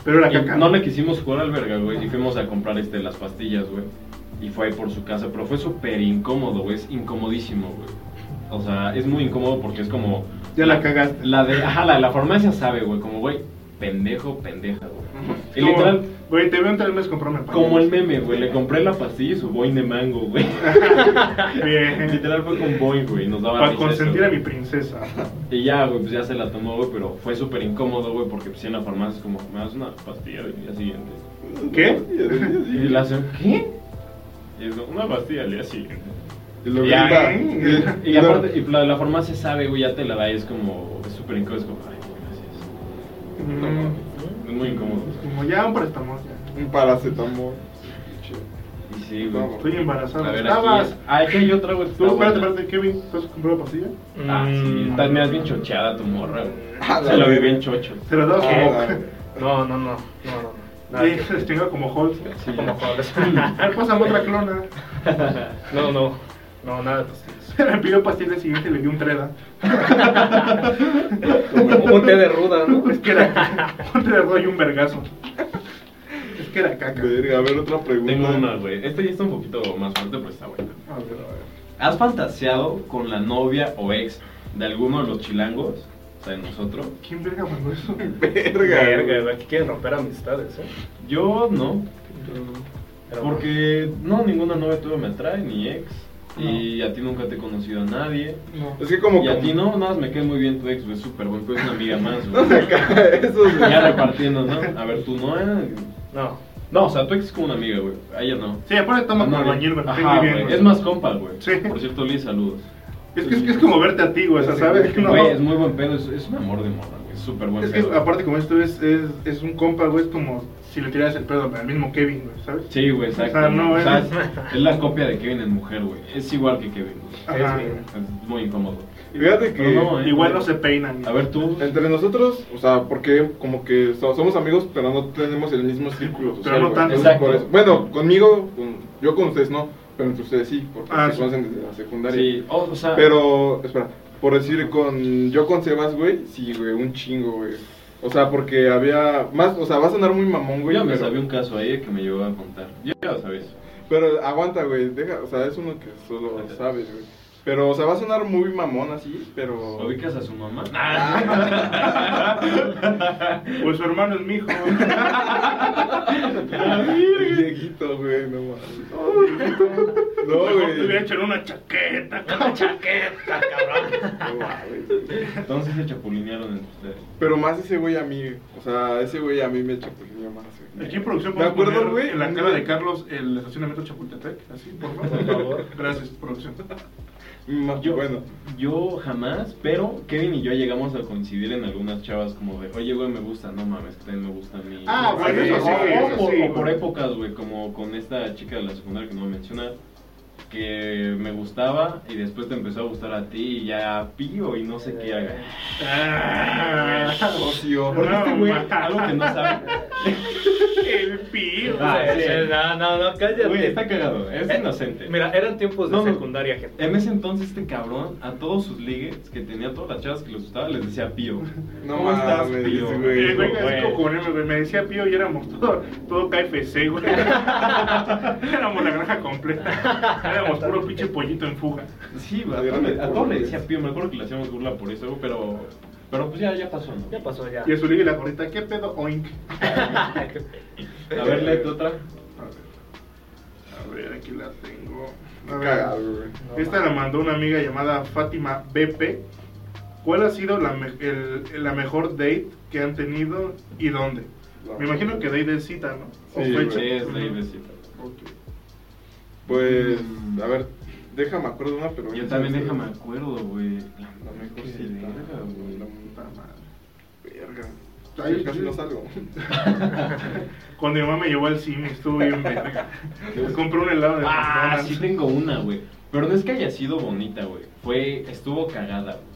[SPEAKER 1] Pero era
[SPEAKER 4] Y
[SPEAKER 1] caca.
[SPEAKER 4] no le quisimos jugar al verga, güey, y fuimos a comprar este, las pastillas, güey. Y fue ahí por su casa, pero fue súper incómodo, güey, es incomodísimo, güey. O sea, es muy incómodo porque es como...
[SPEAKER 1] Ya la cagaste.
[SPEAKER 4] La de, ajá, la de la farmacia sabe, güey, como, güey, pendejo, pendeja, güey.
[SPEAKER 1] Ujú.
[SPEAKER 4] Y
[SPEAKER 1] Como,
[SPEAKER 4] literal,
[SPEAKER 1] Güey, te veo en tres meses comprarme pañales.
[SPEAKER 4] como el meme, güey, le compré la pastilla y su boing de mango,
[SPEAKER 1] <laughs>
[SPEAKER 4] güey. <laughs>
[SPEAKER 1] Bien.
[SPEAKER 4] literal fue con boing, güey, nos daba
[SPEAKER 1] Para
[SPEAKER 4] risa eso,
[SPEAKER 1] consentir a
[SPEAKER 4] güey.
[SPEAKER 1] mi princesa.
[SPEAKER 4] <laughs> Y ya, güey, pues ya se la tomó, güey, pero fue súper incómodo, güey, porque pues en la farmacia es como, me das una pastilla, güey, y día siguiente.
[SPEAKER 2] <laughs>
[SPEAKER 1] ¿Qué?
[SPEAKER 4] Y la hace, ¿qué? Y es como, una pastilla al día siguiente.
[SPEAKER 2] Y lo
[SPEAKER 4] Ya,
[SPEAKER 2] grita.
[SPEAKER 1] ¿eh?
[SPEAKER 4] Y aparte, y la, la farmacia sabe, güey, ya te la da y es como, es súper incómodo, es como, ay, güey,
[SPEAKER 1] Mm,
[SPEAKER 4] gracias. Es muy incómodo. o sea.
[SPEAKER 1] Como ya un préstamo. ya.
[SPEAKER 2] Un paracetamol. Chido.
[SPEAKER 4] Y sí, güey.
[SPEAKER 2] No,
[SPEAKER 1] Estoy embarazada.
[SPEAKER 4] A ver,
[SPEAKER 1] Estabas.
[SPEAKER 4] aquí. Ah, aquí hay otra, güey.
[SPEAKER 1] Tú,
[SPEAKER 4] Está
[SPEAKER 1] espérate,
[SPEAKER 4] buena.
[SPEAKER 1] espérate, Kevin. ¿Tú has comprado pastilla?
[SPEAKER 4] Ah, sí.
[SPEAKER 3] Mm,
[SPEAKER 4] Estás miras bien chocheada tu morra, güey.
[SPEAKER 2] Ah, la
[SPEAKER 4] Se la vi
[SPEAKER 2] verga.
[SPEAKER 4] bien chocho.
[SPEAKER 1] ¿Se las dabas
[SPEAKER 2] Ah,
[SPEAKER 1] como?
[SPEAKER 2] la-
[SPEAKER 4] <laughs>
[SPEAKER 3] No, no, no. No, no, no.
[SPEAKER 1] <laughs>
[SPEAKER 3] Nada
[SPEAKER 1] Sí,
[SPEAKER 3] que-
[SPEAKER 1] se distingue como Holtz.
[SPEAKER 4] Sí, <laughs>
[SPEAKER 3] como
[SPEAKER 4] ya.
[SPEAKER 3] jodas.
[SPEAKER 1] A ver, pásame otra clona.
[SPEAKER 3] No, no. No, nada pues, de pastillas.
[SPEAKER 1] Me pidió pastillas y le di un treda.
[SPEAKER 3] Un un té de ruda, ¿no?
[SPEAKER 1] Es que era un treda y un vergazo. Es que era caca.
[SPEAKER 2] Verga, a ver otra pregunta.
[SPEAKER 4] Tengo una, güey. Esta ya está un poquito más fuerte, pero está buena.
[SPEAKER 1] A ver, a ver.
[SPEAKER 4] ¿Has fantaseado con la novia o ex de alguno de los chilangos? O sea, de nosotros.
[SPEAKER 1] ¿Quién verga mandó eso?
[SPEAKER 2] Verga.
[SPEAKER 3] Verga,
[SPEAKER 2] güey.
[SPEAKER 3] güey. Aquí quieren romper amistades, ¿eh?
[SPEAKER 4] Yo no.
[SPEAKER 3] Pero
[SPEAKER 4] Porque no, ninguna novia tuya me atrae, ni ex. Y a ti nunca te he conocido a nadie.
[SPEAKER 1] No.
[SPEAKER 2] Es que como
[SPEAKER 4] Y a
[SPEAKER 2] como- <laughs>
[SPEAKER 4] ti no, nada más me cae muy bien tu ex, güey, súper buen, pues es una amiga más, güey.
[SPEAKER 2] Eso es-
[SPEAKER 4] Ya repartiendo, ¿no? A ver, tú no, eh.
[SPEAKER 3] No.
[SPEAKER 4] No, o sea, tu ex es como una amiga, güey. A ella no.
[SPEAKER 1] Sí, aparte toma como
[SPEAKER 4] No,
[SPEAKER 1] albañil, güey.
[SPEAKER 4] Ajá,
[SPEAKER 1] está muy bien,
[SPEAKER 4] güey.
[SPEAKER 1] güey.
[SPEAKER 4] Es más compa, güey.
[SPEAKER 1] Sí.
[SPEAKER 4] Por cierto, Lee, saludos.
[SPEAKER 1] Es que es, que es como verte a ti, güey. O sea, ¿sabes? No.
[SPEAKER 4] Güey, es muy buen pedo, es, es un amor de morra, güey. Es súper buen
[SPEAKER 1] Es que
[SPEAKER 4] pedo.
[SPEAKER 1] aparte como esto es, es, es un compa, güey, es como si le tiras el pedo al mismo Kevin, güey, ¿sabes?
[SPEAKER 4] Sí, güey, exacto.
[SPEAKER 1] O sea, no,
[SPEAKER 4] O sea,
[SPEAKER 1] es-
[SPEAKER 4] es, es la copia de Kevin en mujer, güey. Es igual que Kevin, güey.
[SPEAKER 1] Ajá.
[SPEAKER 3] bien.
[SPEAKER 4] Es muy incómodo.
[SPEAKER 2] Fíjate que.
[SPEAKER 4] Pero no, eh.
[SPEAKER 1] Igual no se peinan.
[SPEAKER 4] A ver, tú.
[SPEAKER 2] Entre nosotros, o sea, porque como que so- somos amigos, pero no tenemos el mismo círculo social.
[SPEAKER 1] Pero no
[SPEAKER 2] güey.
[SPEAKER 1] tanto.
[SPEAKER 2] Entonces, por
[SPEAKER 4] Exacto.
[SPEAKER 2] eso- Bueno, conmigo, con- yo con ustedes no, pero entre ustedes sí, porque
[SPEAKER 1] Ah,
[SPEAKER 2] se
[SPEAKER 1] sí.
[SPEAKER 2] conocen desde la secundaria.
[SPEAKER 4] Sí, oh, o sea.
[SPEAKER 2] Pero, espera, por decir, con yo con Sebas, güey, sí, güey, un chingo, güey. O sea, porque había más, o sea, va a sonar muy mamón, güey.
[SPEAKER 4] yo me
[SPEAKER 2] pero,
[SPEAKER 4] sabía un caso ahí que me llevó a contar. Ya ya lo sabes.
[SPEAKER 2] pero aguanta, güey, deja, o sea, es uno que solo sabes, güey. Pero, o sea, va a sonar muy mamón así, pero.
[SPEAKER 4] ¿Ubicas a su mamá?
[SPEAKER 2] Ah.
[SPEAKER 1] Pues su hermano es mi hijo. <laughs>
[SPEAKER 2] Viejito, güey, no mames. No,
[SPEAKER 1] Mejor te hubiera
[SPEAKER 2] güey.
[SPEAKER 1] hecho en una chaqueta.
[SPEAKER 3] Una chaqueta, cabrón.
[SPEAKER 2] No mames.
[SPEAKER 4] <laughs> Entonces se chapulinearon entre ustedes.
[SPEAKER 2] Pero más ese güey a mí, o sea, ese güey a mí me chapulineó más, güey.
[SPEAKER 1] Aquí en producción
[SPEAKER 2] Me acuerdo,
[SPEAKER 1] poner
[SPEAKER 2] güey,
[SPEAKER 1] en la
[SPEAKER 2] un
[SPEAKER 1] cara
[SPEAKER 2] día-
[SPEAKER 1] de Carlos el estacionamiento Chapultepec. Así, por favor.
[SPEAKER 3] Por favor.
[SPEAKER 1] Gracias, producción. <laughs>
[SPEAKER 2] Ma-
[SPEAKER 4] Yo,
[SPEAKER 2] Mm, Bueno,
[SPEAKER 4] yo jamás, pero Kevin y yo llegamos a coincidir en algunas chavas como de, oye, güey, me gusta, no mames, que también me gusta a mí.
[SPEAKER 1] Ah,
[SPEAKER 4] O
[SPEAKER 2] bueno, eso sí,
[SPEAKER 4] o-
[SPEAKER 2] eso
[SPEAKER 4] o por-
[SPEAKER 1] sí,
[SPEAKER 4] o por
[SPEAKER 1] güey.
[SPEAKER 4] épocas, güey, como con esta chica de la secundaria que no voy a mencionar, que me gustaba y después te empezó a gustar a ti y ya pío y no sé qué haga.
[SPEAKER 1] Ah,
[SPEAKER 2] socio.
[SPEAKER 1] No,
[SPEAKER 4] Porque este güey,
[SPEAKER 1] ma-
[SPEAKER 4] algo que no sabe.
[SPEAKER 1] El pío.
[SPEAKER 4] Ah,
[SPEAKER 3] Sí,
[SPEAKER 4] sí.
[SPEAKER 3] sí, No, no, no, cállate.
[SPEAKER 4] Güey, está cagado, es
[SPEAKER 3] Eh,
[SPEAKER 4] inocente.
[SPEAKER 3] Mira, eran tiempos de
[SPEAKER 4] No, no.
[SPEAKER 3] secundaria, gente.
[SPEAKER 4] En ese entonces este cabrón a todos sus ligues que tenía a todas las chavas que les gustaba les decía pío.
[SPEAKER 2] No
[SPEAKER 4] ¿Cómo estás,
[SPEAKER 2] mames,
[SPEAKER 4] tío?
[SPEAKER 1] Eh,
[SPEAKER 2] güey.
[SPEAKER 1] güey,
[SPEAKER 4] no,
[SPEAKER 1] así
[SPEAKER 4] güey.
[SPEAKER 1] como con M, güey, me decía Pío y éramos todo, todo KFC, güey. <laughs> éramos la granja completa. Éramos puro pinche pollito en fuga.
[SPEAKER 4] Sí, güey, a todos le- a todos le decía pío, me acuerdo que le hacíamos burla por eso, güey, pero pero pues ya, ya pasó, ¿no?
[SPEAKER 3] Ya pasó ya.
[SPEAKER 1] Y
[SPEAKER 4] <laughs>
[SPEAKER 3] <laughs>
[SPEAKER 1] a su liga y la gorrita, ¿qué pedo? Oink.
[SPEAKER 4] A ver, léete otra.
[SPEAKER 1] A ver. A ver, aquí la tengo. A ver.
[SPEAKER 2] Cagado, güey.
[SPEAKER 1] No, Esta la mandó una amiga llamada Fátima BP. ¿Cuál ha sido la, me- el- la mejor date que han tenido y dónde?
[SPEAKER 2] No.
[SPEAKER 1] Me imagino que date es cita, ¿no? O
[SPEAKER 2] Sí,
[SPEAKER 1] fecha.
[SPEAKER 4] Sí, es de ahí de cita.
[SPEAKER 1] Ok.
[SPEAKER 2] Pues, a ver, déjame acuerdo una, pero.
[SPEAKER 4] Yo también déjame acuerdo, güey.
[SPEAKER 2] La mejor
[SPEAKER 4] Qué
[SPEAKER 2] cita.
[SPEAKER 4] verga, güey.
[SPEAKER 2] La puta madre. Verga. Ay,
[SPEAKER 1] Sí,
[SPEAKER 2] casi
[SPEAKER 1] sí.
[SPEAKER 2] no salgo.
[SPEAKER 1] Cuando mi mamá me llevó al cine, estuvo
[SPEAKER 4] <laughs>
[SPEAKER 1] bien verga. Me compré un helado de
[SPEAKER 4] Ah,
[SPEAKER 1] McDonald's.
[SPEAKER 4] sí tengo una, güey. Pero no es que haya sido bonita, güey. Fue, estuvo cagada, güey.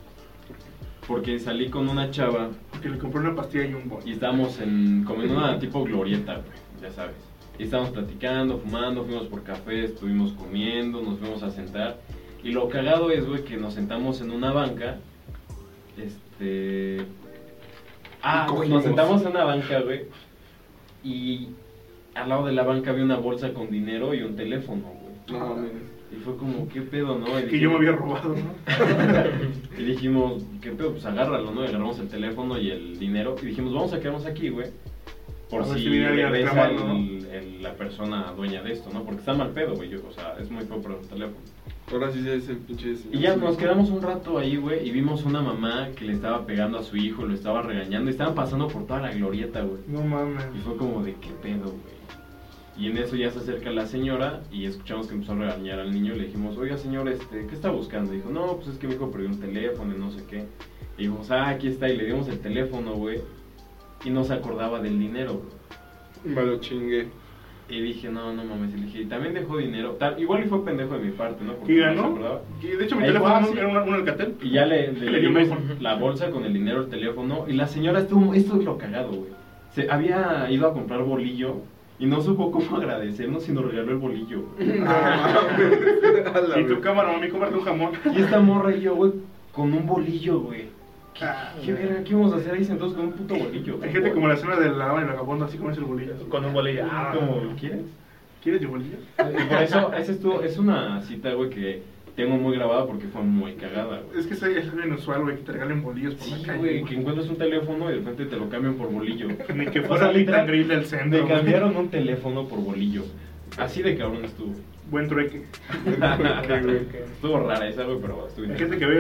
[SPEAKER 4] Porque salí con una chava
[SPEAKER 1] Porque le compré una pastilla y un bol.
[SPEAKER 4] y estábamos en, como en una tipo glorieta, güey, ya sabes. Y estábamos platicando, fumando, fuimos por café, estuvimos comiendo, nos fuimos a sentar. Y lo cagado es, güey, que nos sentamos en una banca. Este. Ah,
[SPEAKER 2] Y cogimos.
[SPEAKER 4] nos sentamos en una banca, güey. Y al lado de la banca había una bolsa con dinero y un teléfono, güey.
[SPEAKER 2] No mames.
[SPEAKER 4] Y fue como, ¿qué pedo, no? Y
[SPEAKER 1] Que yo me
[SPEAKER 4] dijimos-
[SPEAKER 1] había robado, ¿no?
[SPEAKER 4] y dijimos, ¿qué pedo? Pues agárralo, ¿no? Y agarramos el teléfono y el dinero. Y dijimos, vamos a quedarnos aquí, güey. Por
[SPEAKER 1] A ver
[SPEAKER 4] si
[SPEAKER 1] si viene alguien a
[SPEAKER 4] regresa
[SPEAKER 1] reclamarlo,
[SPEAKER 4] el- el- la persona dueña de esto, ¿no? Porque está mal pedo, güey. yo- O sea, es muy feo por el teléfono.
[SPEAKER 2] Ahora sí se dice el pinche
[SPEAKER 4] Y
[SPEAKER 2] señor.
[SPEAKER 4] ya nos quedamos un rato ahí, güey. Y vimos una mamá que le estaba pegando a su hijo, lo estaba regañando. Y estaban pasando por toda la glorieta, güey.
[SPEAKER 1] No mames.
[SPEAKER 4] Y fue como de, ¿qué pedo, güey? Y en eso ya se acerca la señora y escuchamos que empezó a regañar al niño. y Le dijimos, oiga, señor, este, ¿qué está buscando? Dijo, no, pues es que mi hijo perdió un teléfono y no sé qué. Y dijimos, ah, aquí está. Y le dimos el teléfono, güey. Y no se acordaba del dinero, güey.
[SPEAKER 2] Me lo chingué. <laughs>
[SPEAKER 4] Y dije, no, no mames. Y le dije, y también dejó dinero. Tal- igual y fue pendejo de mi parte, ¿no?
[SPEAKER 1] ¿Y
[SPEAKER 4] Porque no se acordaba.
[SPEAKER 1] ganó? Y de hecho, mi
[SPEAKER 4] Ahí
[SPEAKER 1] teléfono
[SPEAKER 4] va, sí.
[SPEAKER 1] era un, un alcatel.
[SPEAKER 4] <laughs> Y ya le, le,
[SPEAKER 1] Le dio un
[SPEAKER 4] dimos
[SPEAKER 1] iPhone.
[SPEAKER 4] la bolsa con el dinero, el teléfono. Y la señora estuvo, esto es lo cagado, güey. Se había ido a comprar bolillo y no supo cómo <laughs> agradecernos y nos regaló el bolillo, güey.
[SPEAKER 2] No mames. A la
[SPEAKER 1] Y tu
[SPEAKER 2] vez.
[SPEAKER 4] <laughs>
[SPEAKER 1] cámara, mami, cómprate un jamón.
[SPEAKER 4] Y esta morra y yo, güey, con un bolillo, güey. ¿Qué,
[SPEAKER 1] Ah,
[SPEAKER 4] qué verga, qué íbamos a hacer ahí sentados con un puto bolillo? güey?
[SPEAKER 1] Hay gente como la escena de la Habana y la vagabunda, así como es el bolillo. así.
[SPEAKER 3] Con un bolillo. Ah,
[SPEAKER 4] Como, ¿quieres?
[SPEAKER 1] ¿Quieres yo bolillo?
[SPEAKER 4] Y por eso, esa estuvo- es una cita, güey, que tengo muy grabada porque fue muy cagada, güey.
[SPEAKER 1] Es que es es algo inusual, güey, que te regalen bolillos por
[SPEAKER 4] Sí,
[SPEAKER 1] la calle.
[SPEAKER 4] güey, que encuentras un teléfono y de repente te lo cambian por bolillo.
[SPEAKER 1] Ni que
[SPEAKER 4] <laughs> O
[SPEAKER 1] fuera
[SPEAKER 4] sea,
[SPEAKER 1] Meet
[SPEAKER 4] literal,
[SPEAKER 1] and Grill del centro,
[SPEAKER 4] Me
[SPEAKER 1] güey.
[SPEAKER 4] cambiaron un teléfono por bolillo. Así de cabrón estuvo.
[SPEAKER 1] Buen trueque.
[SPEAKER 4] estuvo rara esa, güey, pero estuvo
[SPEAKER 1] Hay gente que
[SPEAKER 4] interesante.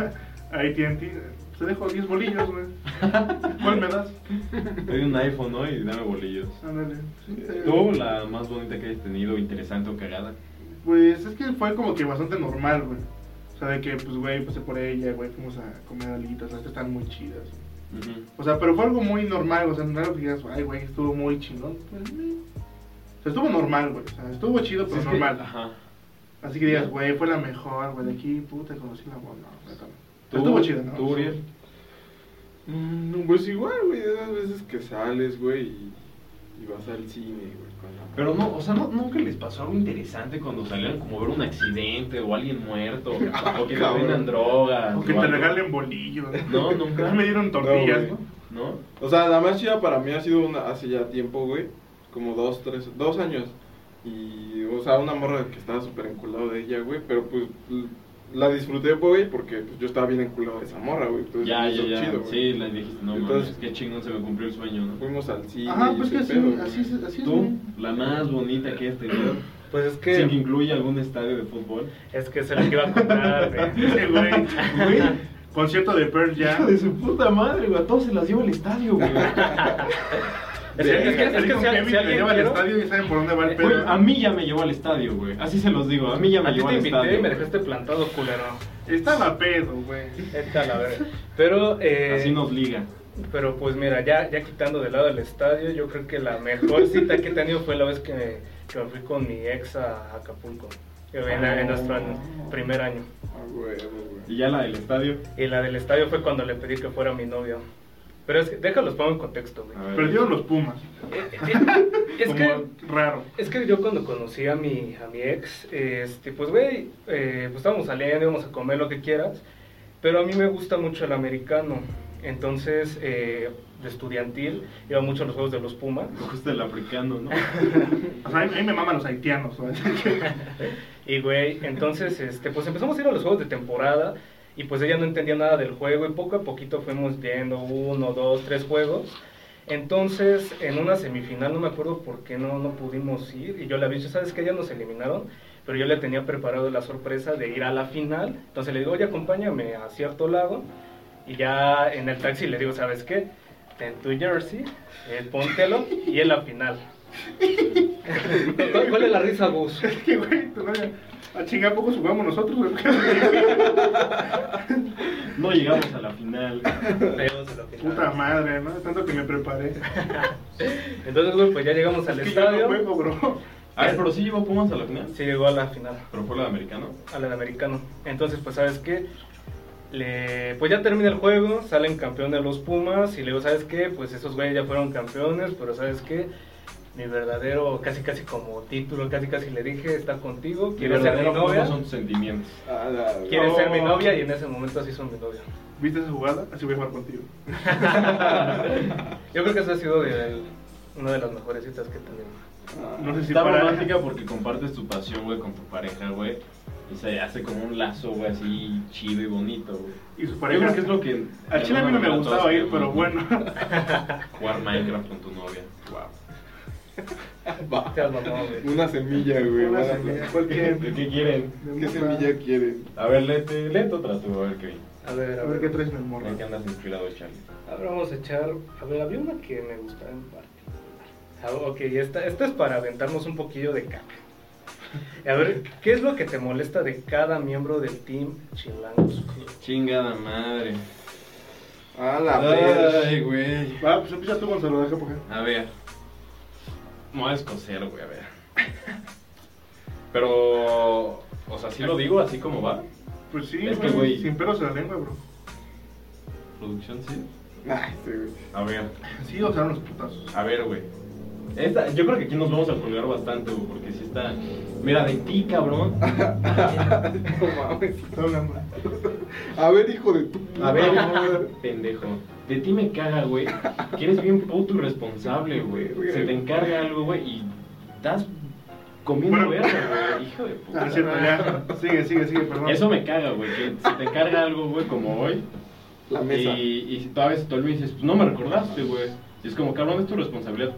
[SPEAKER 1] ves a, <laughs> a ATT, te dejo 10 bolillos, güey. ¿Cuál me das?
[SPEAKER 4] Te doy un iPhone, ¿no? Y dame bolillos.
[SPEAKER 1] Ándale. Sí, te-
[SPEAKER 4] ¿Tú, la más bonita que hayas tenido, interesante o cagada?
[SPEAKER 1] Pues es que fue como que bastante normal, güey. O sea, de que, pues, güey, pasé por ella, güey, fuimos a comer alitas, las que están muy chidas.
[SPEAKER 4] Ujú.
[SPEAKER 1] O sea, pero fue algo muy normal, o sea, no era algo que digas, ay, güey, estuvo muy chingón. Pues, eh. o sea, estuvo normal, güey. O sea, estuvo chido, pero
[SPEAKER 4] Pues Es que-
[SPEAKER 1] normal.
[SPEAKER 4] <laughs> Ajá.
[SPEAKER 1] Así que digas, güey, fue la mejor, güey, de aquí, puta, conocí la buena. o sea, también.
[SPEAKER 4] ¿Tú,
[SPEAKER 1] estuvo chido, ¿no?
[SPEAKER 4] ¿Tú, Uriel?
[SPEAKER 2] Mm, Pues igual, güey. de Esas veces que sales, güey, y, y vas al cine, güey. Con la...
[SPEAKER 4] Pero no, o sea, no- nunca les pasó algo interesante cuando salieron como ver un accidente o
[SPEAKER 1] <laughs>
[SPEAKER 4] alguien muerto o que te
[SPEAKER 2] cabrón.
[SPEAKER 4] vendan drogas.
[SPEAKER 1] Ah, O que te
[SPEAKER 4] o algo.
[SPEAKER 1] regalen bolillos. <laughs>
[SPEAKER 4] No, nunca.
[SPEAKER 1] A mí me dieron tortillas,
[SPEAKER 2] No,
[SPEAKER 1] ¿no?
[SPEAKER 2] güey.
[SPEAKER 4] ¿No?
[SPEAKER 2] O sea, la más chida para mí ha sido una, hace ya tiempo, güey. Como dos, tres, dos años. Y, o sea, una morra que estaba súper enculado de ella, güey. Pero pues l- la disfruté, güey, porque pues, yo estaba bien enculado de esa morra, güey.
[SPEAKER 1] Pues
[SPEAKER 2] Entonces,
[SPEAKER 4] Ya, ya,
[SPEAKER 2] hizo
[SPEAKER 4] ya.
[SPEAKER 2] chido, güey.
[SPEAKER 4] sí, le dijiste, no
[SPEAKER 2] Entonces-
[SPEAKER 4] mames, qué chingón se me cumplió el sueño, ¿no?
[SPEAKER 2] Fuimos al cine.
[SPEAKER 1] Ajá,
[SPEAKER 2] y
[SPEAKER 1] pues que
[SPEAKER 2] ese
[SPEAKER 1] así,
[SPEAKER 2] pedo, güey.
[SPEAKER 1] así, es- así es.
[SPEAKER 4] Tú, <laughs>
[SPEAKER 1] güey.
[SPEAKER 4] la más bonita que este, ¿no?
[SPEAKER 3] Pues es que
[SPEAKER 4] Sin que incluya algún estadio de fútbol.
[SPEAKER 3] es que se lo que iba a contar,
[SPEAKER 4] <laughs>
[SPEAKER 3] güey.
[SPEAKER 1] Ese güey.
[SPEAKER 4] Güey,
[SPEAKER 1] Concierto de Pearl
[SPEAKER 4] hijo
[SPEAKER 1] Jam.
[SPEAKER 4] de su puta madre, güey. A todos se las lleva el estadio, <laughs> güey.
[SPEAKER 3] Es que,
[SPEAKER 1] Verga,
[SPEAKER 3] es que, es que
[SPEAKER 1] salí con
[SPEAKER 3] si, al-
[SPEAKER 1] Kevin,
[SPEAKER 3] si
[SPEAKER 1] lo
[SPEAKER 3] alguien
[SPEAKER 1] lleva al
[SPEAKER 3] quiero-
[SPEAKER 1] estadio y saben por dónde va el
[SPEAKER 4] Güey,
[SPEAKER 1] pedo.
[SPEAKER 4] a mí ya me llevó al estadio, güey. Así se los digo, a mí ya me
[SPEAKER 3] a ti
[SPEAKER 4] llevó
[SPEAKER 3] te
[SPEAKER 4] al
[SPEAKER 3] invité
[SPEAKER 4] estadio.
[SPEAKER 3] y me
[SPEAKER 4] güey.
[SPEAKER 3] dejaste plantado, culero.
[SPEAKER 1] Estaba pedo, güey.
[SPEAKER 3] Esta la verga. Pero, eh,
[SPEAKER 4] Así nos liga.
[SPEAKER 3] pero pues mira, ya, ya quitando de lado el estadio, yo creo que la mejor cita que he tenido fue la vez que me, que me fui con mi ex a Acapulco. En, en nuestro año- primer año.
[SPEAKER 2] Ah, güey, güey.
[SPEAKER 4] Y ya la del estadio.
[SPEAKER 3] Y la del estadio fue cuando le pedí que fuera mi novio. Pero es que, déjalos pongo en contexto, güey.
[SPEAKER 4] A ver.
[SPEAKER 1] Perdieron los Pumas.
[SPEAKER 3] Eh, eh, es
[SPEAKER 1] Como
[SPEAKER 3] que
[SPEAKER 1] Raro.
[SPEAKER 3] Es que yo cuando conocí a mi, a mi ex, este, pues güey, eh, pues estábamos saliendo, íbamos a comer lo que quieras, pero a mí me gusta mucho el americano. Entonces, eh, de estudiantil, iba mucho a los juegos de los Pumas.
[SPEAKER 4] <laughs> Justo el africano, ¿no?
[SPEAKER 1] O sea, a mí, a mí me maman los haitianos. güey. <laughs>
[SPEAKER 3] Y güey, entonces, este, pues empezamos a ir a los juegos de temporada y pues ella no entendía nada del juego y poco a poquito fuimos viendo uno, dos, tres juegos. Entonces, en una semifinal, no me acuerdo por qué no, no pudimos ir y yo le había dicho, ¿sabes que Ya nos eliminaron, pero yo le tenía preparado la sorpresa de ir a la final. Entonces le digo, oye, acompáñame a cierto lago y ya en el taxi le digo, ¿sabes qué? Ten tu jersey, eh, póntelo y en la final. ¿Cuál, cuál es la risa, Gus?
[SPEAKER 1] Es que, güey, te vaya- a chingar poco jugamos nosotros, güey.
[SPEAKER 4] No llegamos a la final.
[SPEAKER 1] <laughs> Puta madre, ¿no? Tanto que me preparé.
[SPEAKER 3] Entonces, güey, pues ya llegamos al
[SPEAKER 1] Es que <laughs> yo no
[SPEAKER 3] estadio.
[SPEAKER 1] juego, bro.
[SPEAKER 4] A ver, pero sí llevó Pumas a la final.
[SPEAKER 3] Sí, llegó a la final,
[SPEAKER 4] Pero fue la de americano.
[SPEAKER 3] al americano. Entonces, pues, ¿sabes qué? Le, pues ya termina el juego, salen campeones los Pumas y le digo, ¿sabes qué? Pues esos güeyes ya fueron campeones, pero ¿sabes qué? Mi verdadero, casi casi como título, casi casi le dije, está contigo,
[SPEAKER 4] Mi
[SPEAKER 3] quieres ser mi
[SPEAKER 4] verdadero fútbol
[SPEAKER 3] novia,
[SPEAKER 4] son tus sentimientos.
[SPEAKER 2] Ah, la- la-
[SPEAKER 3] quieres
[SPEAKER 1] No.
[SPEAKER 3] ser mi novia y en ese momento así son mi
[SPEAKER 1] <laughs>
[SPEAKER 3] novia.
[SPEAKER 1] ¿Viste esa jugada? Así voy a jugar contigo.
[SPEAKER 3] Yo creo que eso ha sido de- una de las mejores citas que he tenido.
[SPEAKER 2] Ah.
[SPEAKER 1] No sé si
[SPEAKER 4] Está
[SPEAKER 1] Pues para-
[SPEAKER 4] romántica porque compartes tu pasión, güey, con tu pareja, güey. Y se hace como un lazo, güey, así chido y bonito, güey.
[SPEAKER 1] Y su
[SPEAKER 4] Yo creo
[SPEAKER 1] pareja.
[SPEAKER 4] que es lo que...
[SPEAKER 1] A Chile a mí no me
[SPEAKER 4] todos
[SPEAKER 1] gustaba ir,
[SPEAKER 4] queremos,
[SPEAKER 1] pero
[SPEAKER 4] ¿no? <laughs>
[SPEAKER 1] bueno.
[SPEAKER 4] Jugar Minecraft con tu novia. Wow.
[SPEAKER 2] Va.
[SPEAKER 3] Te has mamado, güey.
[SPEAKER 2] Una semilla, güey.
[SPEAKER 1] Una
[SPEAKER 2] van a
[SPEAKER 1] semilla.
[SPEAKER 2] plantar.
[SPEAKER 1] Cualquier-
[SPEAKER 4] ¿De qué quieren?
[SPEAKER 2] ¿Qué semilla quieren?
[SPEAKER 4] A ver, léete, léete otra tú, a ver qué.
[SPEAKER 3] A ver,
[SPEAKER 1] A ver qué traes en el morro.
[SPEAKER 4] ¿En qué andas inspirado, Charlie?
[SPEAKER 3] A ver, vamos a echar. A ver, había una que me gustaba en particular. Ah, ok, esta, esta es para aventarnos un poquillo de caca. A ver, ¿qué es lo que te molesta de cada miembro del team Chilangos Club?
[SPEAKER 4] Chingada madre.
[SPEAKER 2] Ah, la verga.
[SPEAKER 4] Ay, güey.
[SPEAKER 1] Va, pues empieza tú, Gonzalo, deja por acá.
[SPEAKER 4] A ver. Me voy a escocer, güey, a ver. Pero. O sea, sí lo digo así como va.
[SPEAKER 1] Pues sí,
[SPEAKER 4] Es que,
[SPEAKER 1] güey,
[SPEAKER 4] güey.
[SPEAKER 1] Sin pelos en la lengua, bro.
[SPEAKER 4] Producción, sí.
[SPEAKER 2] Ay, sí, güey.
[SPEAKER 4] A ver.
[SPEAKER 1] Sí, o sea, los putazos.
[SPEAKER 4] A ver, güey. Esta, yo creo que aquí nos vamos a colgar bastante, güey, porque si está. Mira, de ti, cabrón.
[SPEAKER 2] No mames. A ver, hijo de tu puta
[SPEAKER 4] A ver,
[SPEAKER 2] madre.
[SPEAKER 4] pendejo. De ti me caga, güey. Que eres bien puto irresponsable, güey. Se te encarga algo, güey, y estás comiendo
[SPEAKER 1] Bueno.
[SPEAKER 4] verga, güey. Hijo de puta.
[SPEAKER 1] Ah, es cierto, ya. Sigue, sigue, sigue, perdón.
[SPEAKER 4] Eso me caga, güey, que se te encarga algo, güey, como hoy.
[SPEAKER 2] La
[SPEAKER 4] Y,
[SPEAKER 2] mesa.
[SPEAKER 4] y si todavía se te olvida y dices, pues no me recordaste, güey. Y es como, cabrón, es tu responsabilidad.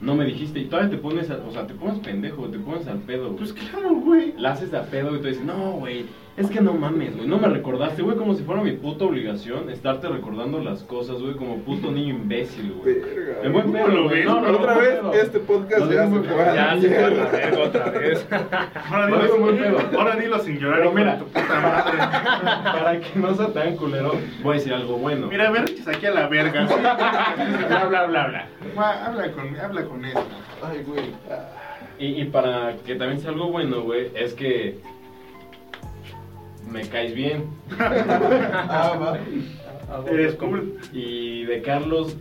[SPEAKER 4] No me dijiste. Y todavía te pones, a- o sea, te pones pendejo, te pones al pedo, güey.
[SPEAKER 1] Pues claro, güey.
[SPEAKER 4] La haces de a pedo y tú dices, no, güey, es que no mames, güey. No me recordaste, güey, como si fuera mi puta obligación estarte recordando las cosas, güey, como puto niño imbécil, güey.
[SPEAKER 2] Verga.
[SPEAKER 4] En buen
[SPEAKER 1] ¿Cómo
[SPEAKER 4] pedo,
[SPEAKER 1] lo
[SPEAKER 4] güey.
[SPEAKER 1] ves?
[SPEAKER 4] No, no,
[SPEAKER 2] Otra
[SPEAKER 4] no,
[SPEAKER 2] vez,
[SPEAKER 4] no.
[SPEAKER 2] este podcast
[SPEAKER 4] Lo
[SPEAKER 2] ya
[SPEAKER 4] digo
[SPEAKER 2] se
[SPEAKER 4] muy-
[SPEAKER 2] fue a la
[SPEAKER 3] Ya se fue a la
[SPEAKER 2] mierda.
[SPEAKER 3] verga otra vez.
[SPEAKER 1] Ahora
[SPEAKER 4] Lo digo muy
[SPEAKER 1] dilo, <laughs>
[SPEAKER 4] pedo.
[SPEAKER 1] ahora dilo sin llorar.
[SPEAKER 4] Pero
[SPEAKER 1] hijo de
[SPEAKER 4] mira.
[SPEAKER 1] tu puta madre. <laughs>
[SPEAKER 4] <laughs> Para que no sea tan culero, voy a decir algo bueno.
[SPEAKER 1] Mira, a ver, echas aquí a la verga. ¿sí?
[SPEAKER 4] bla, bla, bla, bla.
[SPEAKER 1] <laughs> Ma, habla con, habla con eso.
[SPEAKER 2] Ay, güey. Ah.
[SPEAKER 4] Y, y para que también sea algo bueno, güey, es que me caes bien.
[SPEAKER 2] <laughs> Ah, va.
[SPEAKER 3] ah,
[SPEAKER 1] Eres Eh, <laughs> cool.
[SPEAKER 4] Y de Carlos,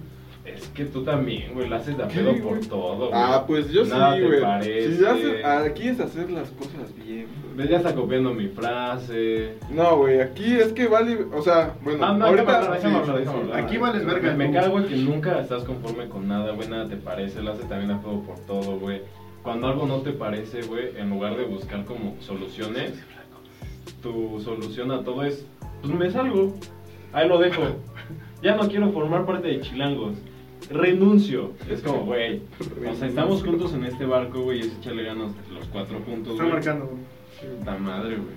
[SPEAKER 4] es que tú también, güey, la haces de a pedo por todo, güey.
[SPEAKER 2] Ah, pues yo
[SPEAKER 4] Nada
[SPEAKER 2] sí,
[SPEAKER 4] te
[SPEAKER 2] güey.
[SPEAKER 4] parece.
[SPEAKER 2] Si haces, ah, aquí es hacer las cosas bien. güey.
[SPEAKER 4] Ya está copiando mi frase.
[SPEAKER 2] No, güey, aquí es que vale, o sea, bueno,
[SPEAKER 4] Ah, no, déjame
[SPEAKER 2] ahorita
[SPEAKER 4] hablar, déjame hablar, déjame hablar.
[SPEAKER 1] Aquí vales verga,
[SPEAKER 4] Me,
[SPEAKER 1] tú.
[SPEAKER 4] me cago en que nunca estás conforme con nada, güey, nada te parece, la haces también a pedo por todo, güey. Cuando algo no te parece, güey, en lugar de buscar como soluciones, tu solución a todo es, pues me salgo, ahí lo
[SPEAKER 1] <laughs>
[SPEAKER 4] dejo. Ya no quiero formar parte de Chilangos. Renuncio. Es como, güey. O sea, estamos juntos en este barco, güey. Es échale ganas los cuatro puntos.
[SPEAKER 1] Está
[SPEAKER 4] güey.
[SPEAKER 1] marcando, güey.
[SPEAKER 4] Puta madre, güey.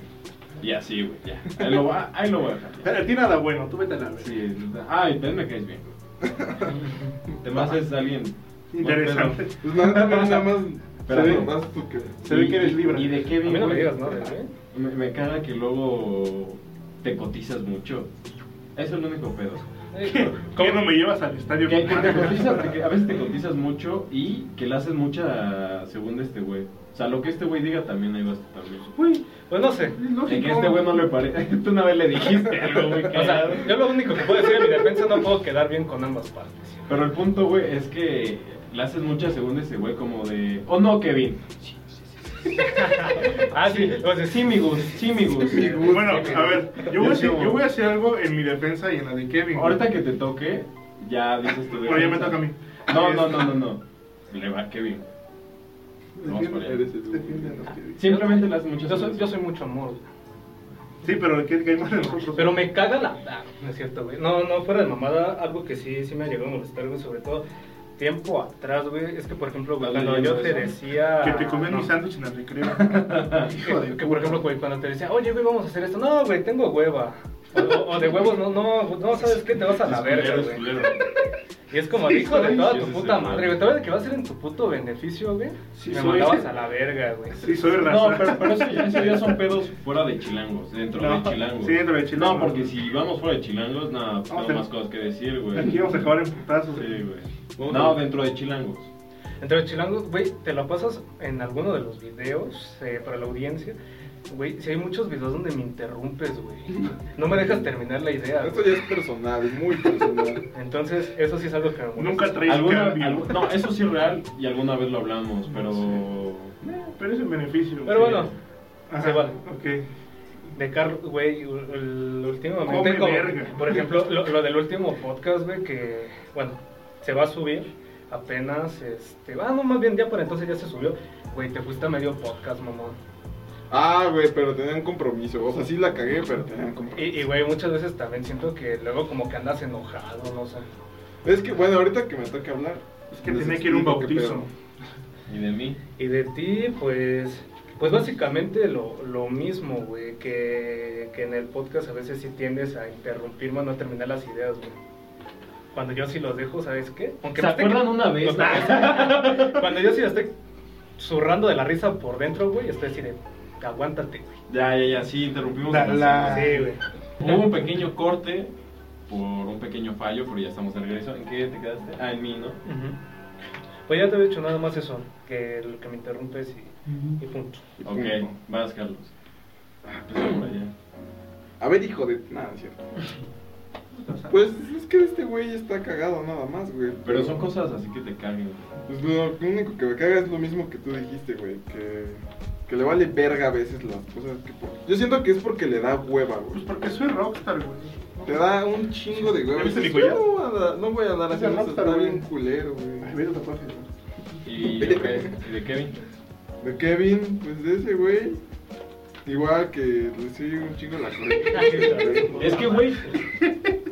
[SPEAKER 4] Y así, güey, ya. Ahí lo, va- ahí lo voy a dejar. ya.
[SPEAKER 1] Pero A ti nada bueno, tú vete a la vez.
[SPEAKER 4] Sí, ay, pues me
[SPEAKER 3] <laughs>
[SPEAKER 4] caes bien, güey. Te más es alguien. buen
[SPEAKER 1] Interesante.
[SPEAKER 4] pedo.
[SPEAKER 2] Pues nada, nada, nada más.
[SPEAKER 4] Pero
[SPEAKER 2] se ve
[SPEAKER 4] no.
[SPEAKER 2] más tú que.
[SPEAKER 1] <laughs> Se ve que eres libra.
[SPEAKER 4] Y de
[SPEAKER 3] A
[SPEAKER 4] Kevin.
[SPEAKER 3] mí no me
[SPEAKER 4] güey,
[SPEAKER 3] digas nada, ¿eh?
[SPEAKER 4] Me, me caga que luego te cotizas mucho. Eso es lo único pedo.
[SPEAKER 1] ¿Qué? ¿Cómo no me llevas al estadio?
[SPEAKER 4] Que, que te cotizas, que a veces te cotizas mucho y que le haces mucha según de este güey. O sea, lo que este güey diga también ahí vas tú también.
[SPEAKER 1] Uy,
[SPEAKER 3] Pues no sé.
[SPEAKER 4] Y que este güey no le parece. <laughs> Tú una vez le dijiste algo, güey.
[SPEAKER 3] O sea, yo lo único que puedo decir en mi defensa no puedo quedar bien con ambas partes.
[SPEAKER 4] Pero el punto, güey, es que le haces mucha segunda a ese güey como de... Oh,
[SPEAKER 1] <laughs>
[SPEAKER 4] no, Kevin.
[SPEAKER 3] Ah, sí, o sea,
[SPEAKER 4] sí, mi Gus, sí, mi Gus.
[SPEAKER 1] bueno, a ver, yo voy a, decir, yo voy a hacer algo en mi defensa y en la de Kevin. güey.
[SPEAKER 4] Ahorita que te toque, ya dices tu
[SPEAKER 1] Bueno, ya me
[SPEAKER 4] defensa.
[SPEAKER 1] toca a mí. Este.
[SPEAKER 4] No, no, no, no, no. Le va a Kevin. Vamos para allá.
[SPEAKER 2] Eres el güey.
[SPEAKER 1] Defiéndanos, Kevin.
[SPEAKER 4] Simplemente le haces mucha
[SPEAKER 3] yo soy, yo soy mucho amor. güey.
[SPEAKER 1] Sí, pero ¿qué qué hay más de nosotros?
[SPEAKER 3] Pero me caga la. ah, no es cierto, güey. No, no, fuera de mamada, algo que sí, sí me llegó a molestar, güey, sobre todo tiempo atrás, güey. Es que, por ejemplo, güey,
[SPEAKER 4] ¿Estás
[SPEAKER 3] cuando yo
[SPEAKER 4] leyendo
[SPEAKER 3] te
[SPEAKER 4] eso?
[SPEAKER 3] decía.
[SPEAKER 1] Que te comen
[SPEAKER 3] no.
[SPEAKER 1] mi sándwich en el
[SPEAKER 4] <laughs>
[SPEAKER 1] recreo. Hijo de
[SPEAKER 3] Que, que, por ejemplo, güey, cuando te decía, oye, güey, vamos a hacer esto. No, güey, tengo hueva. O, o- o de huevos, no, no, no, ¿sabes qué? Te vas a la verga,
[SPEAKER 4] Es
[SPEAKER 3] güey.
[SPEAKER 4] culero.
[SPEAKER 3] Y es como, hijo de
[SPEAKER 4] soy,
[SPEAKER 3] toda
[SPEAKER 4] sí,
[SPEAKER 3] tu
[SPEAKER 4] sí,
[SPEAKER 3] puta
[SPEAKER 4] sí,
[SPEAKER 3] madre,
[SPEAKER 4] güey.
[SPEAKER 3] güey. Te ves que va a ser en tu puto beneficio, güey.
[SPEAKER 1] Sí,
[SPEAKER 3] me
[SPEAKER 1] soy.
[SPEAKER 3] mandabas a la verga, güey.
[SPEAKER 1] Sí, soy raza.
[SPEAKER 4] No, pero, pero eso, ya- eso ya son pedos fuera de chilangos, dentro
[SPEAKER 1] No.
[SPEAKER 4] de chilangos.
[SPEAKER 1] Sí, dentro de chilangos.
[SPEAKER 4] No, porque si vamos fuera de chilangos, nada, tengo
[SPEAKER 1] a-
[SPEAKER 4] más cosas que decir, güey.
[SPEAKER 1] Aquí vamos a acabar en putazos.
[SPEAKER 4] Pues, Sí, güey.
[SPEAKER 2] Vamos
[SPEAKER 4] No,
[SPEAKER 2] a-
[SPEAKER 4] dentro de chilangos.
[SPEAKER 3] Entre los chilangos, güey, te la pasas en alguno de los videos eh, para la audiencia. Güey, si hay muchos videos donde me interrumpes, güey. No me dejas terminar la idea.
[SPEAKER 2] Esto
[SPEAKER 3] güey.
[SPEAKER 2] ya es personal, es muy personal.
[SPEAKER 3] Entonces, eso sí es algo que me molesta.
[SPEAKER 1] Nunca traes
[SPEAKER 4] Alguna,
[SPEAKER 1] cambio.
[SPEAKER 4] algu- no, eso sí es real y alguna vez lo hablamos,
[SPEAKER 3] Mm,
[SPEAKER 4] pero...
[SPEAKER 1] Pero es en beneficio.
[SPEAKER 3] Pero bueno,
[SPEAKER 1] Ajá,
[SPEAKER 3] se vale.
[SPEAKER 1] Ok.
[SPEAKER 3] de Carlos, güey, u- el-
[SPEAKER 1] Come
[SPEAKER 3] últimamente, como-
[SPEAKER 1] verga.
[SPEAKER 3] por ejemplo, lo, lo del último podcast, güey, que, bueno, se va a subir apenas, este, ah, no, más bien ya para entonces ya se subió. Güey, te fuiste a medio podcast, mamón.
[SPEAKER 2] Ah, güey, pero tenían compromiso. O sea, sí la cagué, pero tenían
[SPEAKER 3] Y,
[SPEAKER 2] compromiso.
[SPEAKER 3] y, güey, muchas veces también siento que luego como que andas enojado, no sé.
[SPEAKER 2] Es que, bueno, ahorita que me toque hablar.
[SPEAKER 1] Es que
[SPEAKER 2] les
[SPEAKER 1] tenía que ir a un
[SPEAKER 2] explico qué
[SPEAKER 1] bautizo.
[SPEAKER 2] pedo.
[SPEAKER 4] Y de mí.
[SPEAKER 3] Y de ti, pues, pues básicamente lo, lo mismo, güey, que, que en el podcast a veces sí tiendes a interrumpir, mano, a terminar las ideas, güey. Cuando yo sí los dejo, ¿sabes qué?
[SPEAKER 4] ¿Se
[SPEAKER 3] me esté-
[SPEAKER 4] acuerdan una vez?
[SPEAKER 3] <laughs> Cuando yo sí la estoy zurrando de la risa por dentro, güey, estoy así de, aguántate, güey.
[SPEAKER 4] Ya, ya, ya, sí, interrumpimos.
[SPEAKER 1] La-
[SPEAKER 4] el
[SPEAKER 1] la-
[SPEAKER 3] Sí, güey.
[SPEAKER 4] Hubo un pequeño corte por un pequeño fallo, pero ya estamos de regreso. ¿En qué te quedaste? Ah, en mí, ¿no?
[SPEAKER 3] Pues ya te había dicho nada más eso, que lo que me interrumpes y, y punto.
[SPEAKER 2] Y
[SPEAKER 4] Ok,
[SPEAKER 2] punto.
[SPEAKER 4] vas, Carlos. Ah, pues Empezamos por allá.
[SPEAKER 2] A ver, hijo de. Nada, es cierto. Pues es que este güey está cagado nada más, güey.
[SPEAKER 4] Pero son cosas así que te caguen. güey.
[SPEAKER 2] Pues lo único que me caga es lo mismo que tú dijiste, güey. Que, que le vale verga a veces las cosas que. por- Yo siento que es porque le da hueva,
[SPEAKER 1] Pues
[SPEAKER 2] güey.
[SPEAKER 1] porque soy rockstar, güey.
[SPEAKER 2] Te da un chingo de hueva.
[SPEAKER 1] ¿Ya viste mi
[SPEAKER 2] Dices,
[SPEAKER 1] collar?
[SPEAKER 2] "No voy a dar- No voy a dar así,
[SPEAKER 1] Ese
[SPEAKER 2] eso
[SPEAKER 1] rockstar,
[SPEAKER 2] está
[SPEAKER 1] güey.
[SPEAKER 2] bien culero,
[SPEAKER 1] Ay,
[SPEAKER 2] güey.
[SPEAKER 1] vete tatuajes, güey.
[SPEAKER 3] <laughs>
[SPEAKER 4] ¿Y, ok, ¿y de Kevin?
[SPEAKER 2] De Kevin, pues de ese güey. Igual que le sigue un chingo la corriente.
[SPEAKER 4] <laughs> Es que, güey,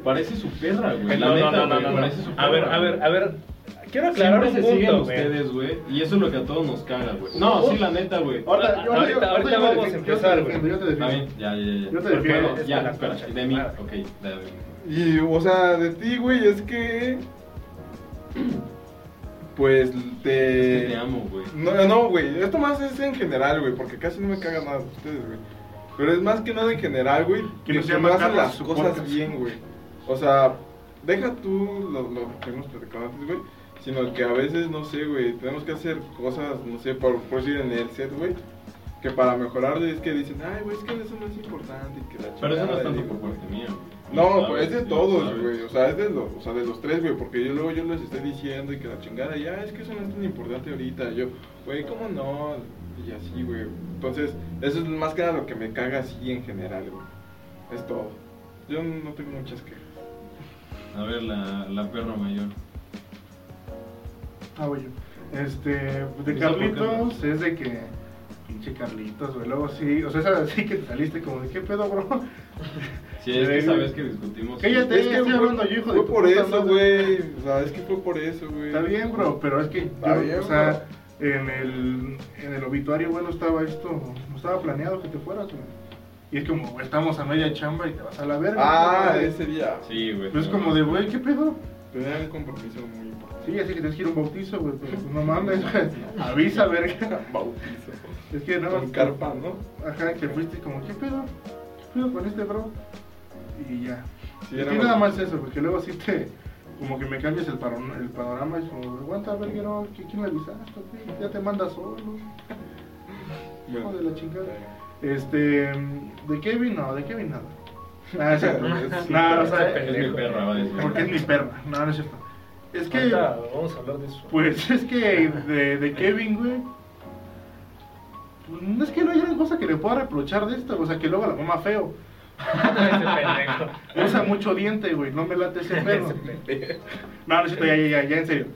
[SPEAKER 4] parece su perra, güey. La
[SPEAKER 3] No,
[SPEAKER 4] neta,
[SPEAKER 3] no, no, no,
[SPEAKER 4] güey,
[SPEAKER 3] no, no.
[SPEAKER 4] parece su perra.
[SPEAKER 3] A ver, a ver, a ver. Quiero aclarar
[SPEAKER 4] Siempre
[SPEAKER 3] un
[SPEAKER 4] se siguen
[SPEAKER 3] punto, güey.
[SPEAKER 4] ustedes, güey. Y eso es lo que a todos nos caga, güey. No, sí, la neta, güey.
[SPEAKER 1] Ahorita, yo-
[SPEAKER 3] ahorita-
[SPEAKER 1] yo- yo
[SPEAKER 3] ahorita
[SPEAKER 1] te
[SPEAKER 3] vamos a
[SPEAKER 1] defiendo,
[SPEAKER 3] empezar,
[SPEAKER 1] yo te defiendo, yo
[SPEAKER 3] güey.
[SPEAKER 1] te
[SPEAKER 4] Está bien,
[SPEAKER 1] defiendo.
[SPEAKER 4] ya, ya,
[SPEAKER 1] Yo
[SPEAKER 4] ya.
[SPEAKER 1] te
[SPEAKER 4] Pero,
[SPEAKER 1] defiendo.
[SPEAKER 4] bueno, Ya, espera, y de mí.
[SPEAKER 1] Ah,
[SPEAKER 4] Ok, de mí.
[SPEAKER 2] Y, o sea, de ti, güey, es que. Pues te.
[SPEAKER 4] Es que te amo, güey.
[SPEAKER 2] No, no, güey. Esto más es en general, güey, porque casi no me cagan nada de ustedes, güey. Pero es más que nada en general, güey.
[SPEAKER 1] Que
[SPEAKER 2] de
[SPEAKER 1] no se
[SPEAKER 2] que
[SPEAKER 1] llama
[SPEAKER 2] me hacen
[SPEAKER 1] Carlos,
[SPEAKER 2] las
[SPEAKER 1] su
[SPEAKER 2] cosas
[SPEAKER 1] podcast.
[SPEAKER 2] bien, güey. O sea, deja tú lo, lo que hemos platicado antes, güey. Sino que a veces, no sé, güey, tenemos que hacer cosas, no sé, por, por decir en el set, güey. Que para mejorar es que dicen, ay, güey, es que eso no es importante. y Que la
[SPEAKER 4] Pero eso no
[SPEAKER 2] chingada",
[SPEAKER 4] es tanto
[SPEAKER 2] digo,
[SPEAKER 4] por parte mía, güey.
[SPEAKER 2] no,
[SPEAKER 4] Lo
[SPEAKER 2] pues es de
[SPEAKER 4] sabes, lo
[SPEAKER 2] todos,
[SPEAKER 4] sabes.
[SPEAKER 2] güey. O sea, es de los, o sea, de los tres, güey. Porque yo luego yo les estoy diciendo y que la chingada, ya, es que eso no es tan importante ahorita. Yo, güey, ¿cómo no? Y así, güey. Entonces, eso es más que nada lo que me caga así en general, güey. Es todo. Yo no tengo muchas quejas.
[SPEAKER 4] A ver, la, la perra mayor.
[SPEAKER 1] Ah, güey. Este, de
[SPEAKER 4] Está
[SPEAKER 1] Carlitos es de que Pinche Carlitos, güey. Luego sí, o sea, esa sí que te saliste como de qué pedo, bro.
[SPEAKER 4] Sí, es que sabes que discutimos.
[SPEAKER 1] Cállate,
[SPEAKER 2] Es que
[SPEAKER 1] estoy
[SPEAKER 2] fue-
[SPEAKER 1] hablando yo, hijo de
[SPEAKER 2] Fue
[SPEAKER 1] tu
[SPEAKER 2] por
[SPEAKER 1] puta
[SPEAKER 2] eso,
[SPEAKER 1] madre.
[SPEAKER 2] güey. O sea, es que fue por eso, güey. Ah,
[SPEAKER 1] Está bien, bro, pero es que
[SPEAKER 2] Está
[SPEAKER 1] yo,
[SPEAKER 2] bien,
[SPEAKER 1] o sea, en el, en el obituario, güey, no estaba esto, no estaba planeado que te fueras, güey. Y es como, güey, estamos a media chamba y te vas a la verga.
[SPEAKER 2] Ah,
[SPEAKER 1] güey.
[SPEAKER 2] ese día.
[SPEAKER 4] Sí, güey.
[SPEAKER 1] Pero es como de, güey, ¿qué pedo?
[SPEAKER 2] Tenía un compromiso muy importante. <laughs>
[SPEAKER 1] Sí, ya sé que tienes que ir a un bautizo, güey, pero pues, no mames, <laughs> güey. avisa, verga.
[SPEAKER 2] Bautizo.
[SPEAKER 1] Es que no,
[SPEAKER 2] Con carpa, ¿no?
[SPEAKER 1] ajá, que fuiste como, ¿qué pedo? ¿Qué pedo con este, bro? Y ya.
[SPEAKER 2] Sí,
[SPEAKER 1] es
[SPEAKER 2] era
[SPEAKER 1] que nada
[SPEAKER 2] bautizo.
[SPEAKER 1] más eso, porque luego sí te, como que me cambias el, pano- el panorama, es como, aguanta, verga, no, ¿qui- ¿quién me avisaste? o qué? Ya te mandas solo. Hijo de la chingada. Este. ¿De Kevin? No, de Kevin nada. <laughs> Ah, es cierto.
[SPEAKER 2] Es-
[SPEAKER 1] no, o sea,
[SPEAKER 4] Es mi perra, va a decir.
[SPEAKER 1] porque es mi perra. No, no es cierto. Es que.
[SPEAKER 3] Ahorita vamos a hablar de eso. <laughs>
[SPEAKER 1] Pues es que de, de Kevin, güey. No es que no hay gran cosa que le pueda reprochar de esto, o sea, que luego la mamá feo.
[SPEAKER 3] Ese pendejo.
[SPEAKER 1] Usa
[SPEAKER 3] <laughs>
[SPEAKER 1] mucho diente, güey, no me late ese pedo.
[SPEAKER 3] Ese pendejo.
[SPEAKER 1] No, no es cierto, ya, ya, ya, ya, en serio.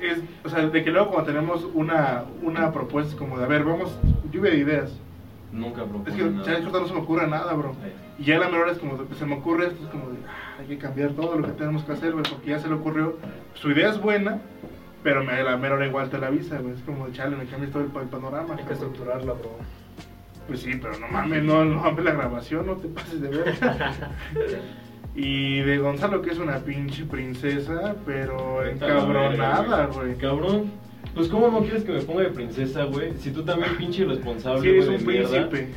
[SPEAKER 1] Es, o sea, de que luego cuando tenemos una, una propuesta como de, a ver, vamos, lluvia de ideas.
[SPEAKER 4] Nunca propone
[SPEAKER 1] Es que
[SPEAKER 4] nada.
[SPEAKER 1] ya ahorita no se me ocurre nada, bro. Y ya la menor es como, de, pues, se me ocurre esto, es como de, ah, hay que cambiar todo lo que tenemos que hacer, güey, porque ya se le ocurrió. Su idea es buena, pero me, la menor igual te la avisa, güey. Es como, chale, me cambias todo el, pa- el panorama.
[SPEAKER 3] Hay que
[SPEAKER 1] cabrón.
[SPEAKER 3] estructurarla, bro.
[SPEAKER 1] Pues sí, pero no mames, no, no mames la grabación, no te pases de
[SPEAKER 3] <laughs>
[SPEAKER 1] ver. y de Gonzalo, que es una pinche princesa, pero
[SPEAKER 4] Vete a la verga,
[SPEAKER 1] encabronada, güey.
[SPEAKER 4] Cabrón. Pues, ¿cómo no quieres que me ponga de princesa, güey? Si tú también, pinche irresponsable,
[SPEAKER 1] Si eres
[SPEAKER 4] güey,
[SPEAKER 1] un
[SPEAKER 4] de mierda.
[SPEAKER 1] príncipe.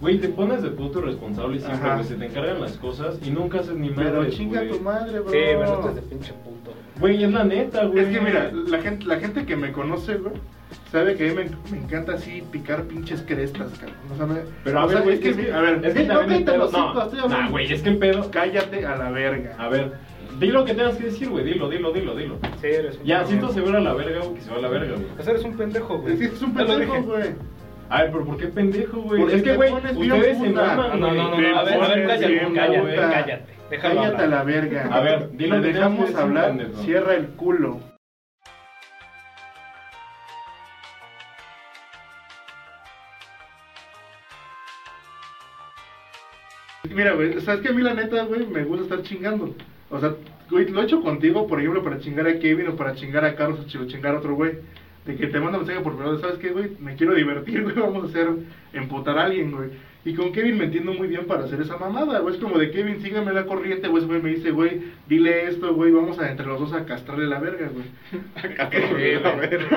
[SPEAKER 4] Güey, te pones de puto irresponsable y siempre,
[SPEAKER 1] Ajá.
[SPEAKER 4] güey, se te encargan las cosas y nunca haces ni madre.
[SPEAKER 1] Pero chinga tu madre, bro.
[SPEAKER 3] Sí, pero este es de pinche puto. güey.
[SPEAKER 4] Güey, es la neta, güey.
[SPEAKER 1] Es que mira, la gente, la gente que me conoce, güey, sabe que a mí me, me encanta así picar pinches crestas, cabrón. O sea, me-
[SPEAKER 4] Pero
[SPEAKER 1] o
[SPEAKER 4] a ver,
[SPEAKER 1] sea,
[SPEAKER 4] güey,
[SPEAKER 1] es que, a ver,
[SPEAKER 4] es que
[SPEAKER 1] no
[SPEAKER 4] también
[SPEAKER 1] cállate
[SPEAKER 4] el pedo.
[SPEAKER 1] los hocico, estoy
[SPEAKER 4] No,
[SPEAKER 1] hablando.
[SPEAKER 4] nah, güey, es que el pedo.
[SPEAKER 1] cállate a la verga.
[SPEAKER 4] A ver, di lo que tengas que decir, güey, dilo, dilo, dilo, dilo.
[SPEAKER 3] Sí, eres un
[SPEAKER 4] Ya, si
[SPEAKER 3] cabrón.
[SPEAKER 4] esto se va a la verga, güey, que se va a la verga, güey.
[SPEAKER 3] Pues eres un pendejo, güey.
[SPEAKER 1] Es que es un
[SPEAKER 3] Ya lo
[SPEAKER 1] pendejo,
[SPEAKER 3] dije.
[SPEAKER 1] güey.
[SPEAKER 4] A ver, pero ¿por qué pendejo, güey?
[SPEAKER 1] Porque
[SPEAKER 4] es que,
[SPEAKER 1] te
[SPEAKER 4] güey,
[SPEAKER 1] pones bien
[SPEAKER 4] ustedes se
[SPEAKER 1] puta.
[SPEAKER 4] maman,
[SPEAKER 3] No,
[SPEAKER 4] güey.
[SPEAKER 3] no, no,
[SPEAKER 1] Te
[SPEAKER 3] no. A ver, a ver,
[SPEAKER 1] pones
[SPEAKER 3] cállate,
[SPEAKER 1] bien
[SPEAKER 3] cállate,
[SPEAKER 1] puta.
[SPEAKER 3] cállate. Déjalo
[SPEAKER 1] Cállate a
[SPEAKER 3] hablar.
[SPEAKER 1] la verga.
[SPEAKER 4] A ver, di lo
[SPEAKER 1] Te
[SPEAKER 4] que tengas que
[SPEAKER 1] dejamos
[SPEAKER 4] decir,
[SPEAKER 1] hablar.
[SPEAKER 4] pendejo.
[SPEAKER 1] Cierra el culo. Mira, güey, sabes que a mí la neta, güey, me gusta estar chingando. O sea, güey, lo he hecho contigo, por ejemplo, para chingar a Kevin o para chingar a Carlos o ch- o chingar a otro güey. De que te mando mensaje por privado, ¿sabes qué, güey? Me quiero divertir, <laughs> güey, vamos a hacer, emputar a alguien, güey. Y con Kevin me entiendo muy bien para hacer esa mamada, güey. Es como de Kevin, sígame la corriente, güey. Ese güey me dice, güey, dile esto, güey, vamos a entre los dos a castrarle la verga, güey.
[SPEAKER 2] A ver,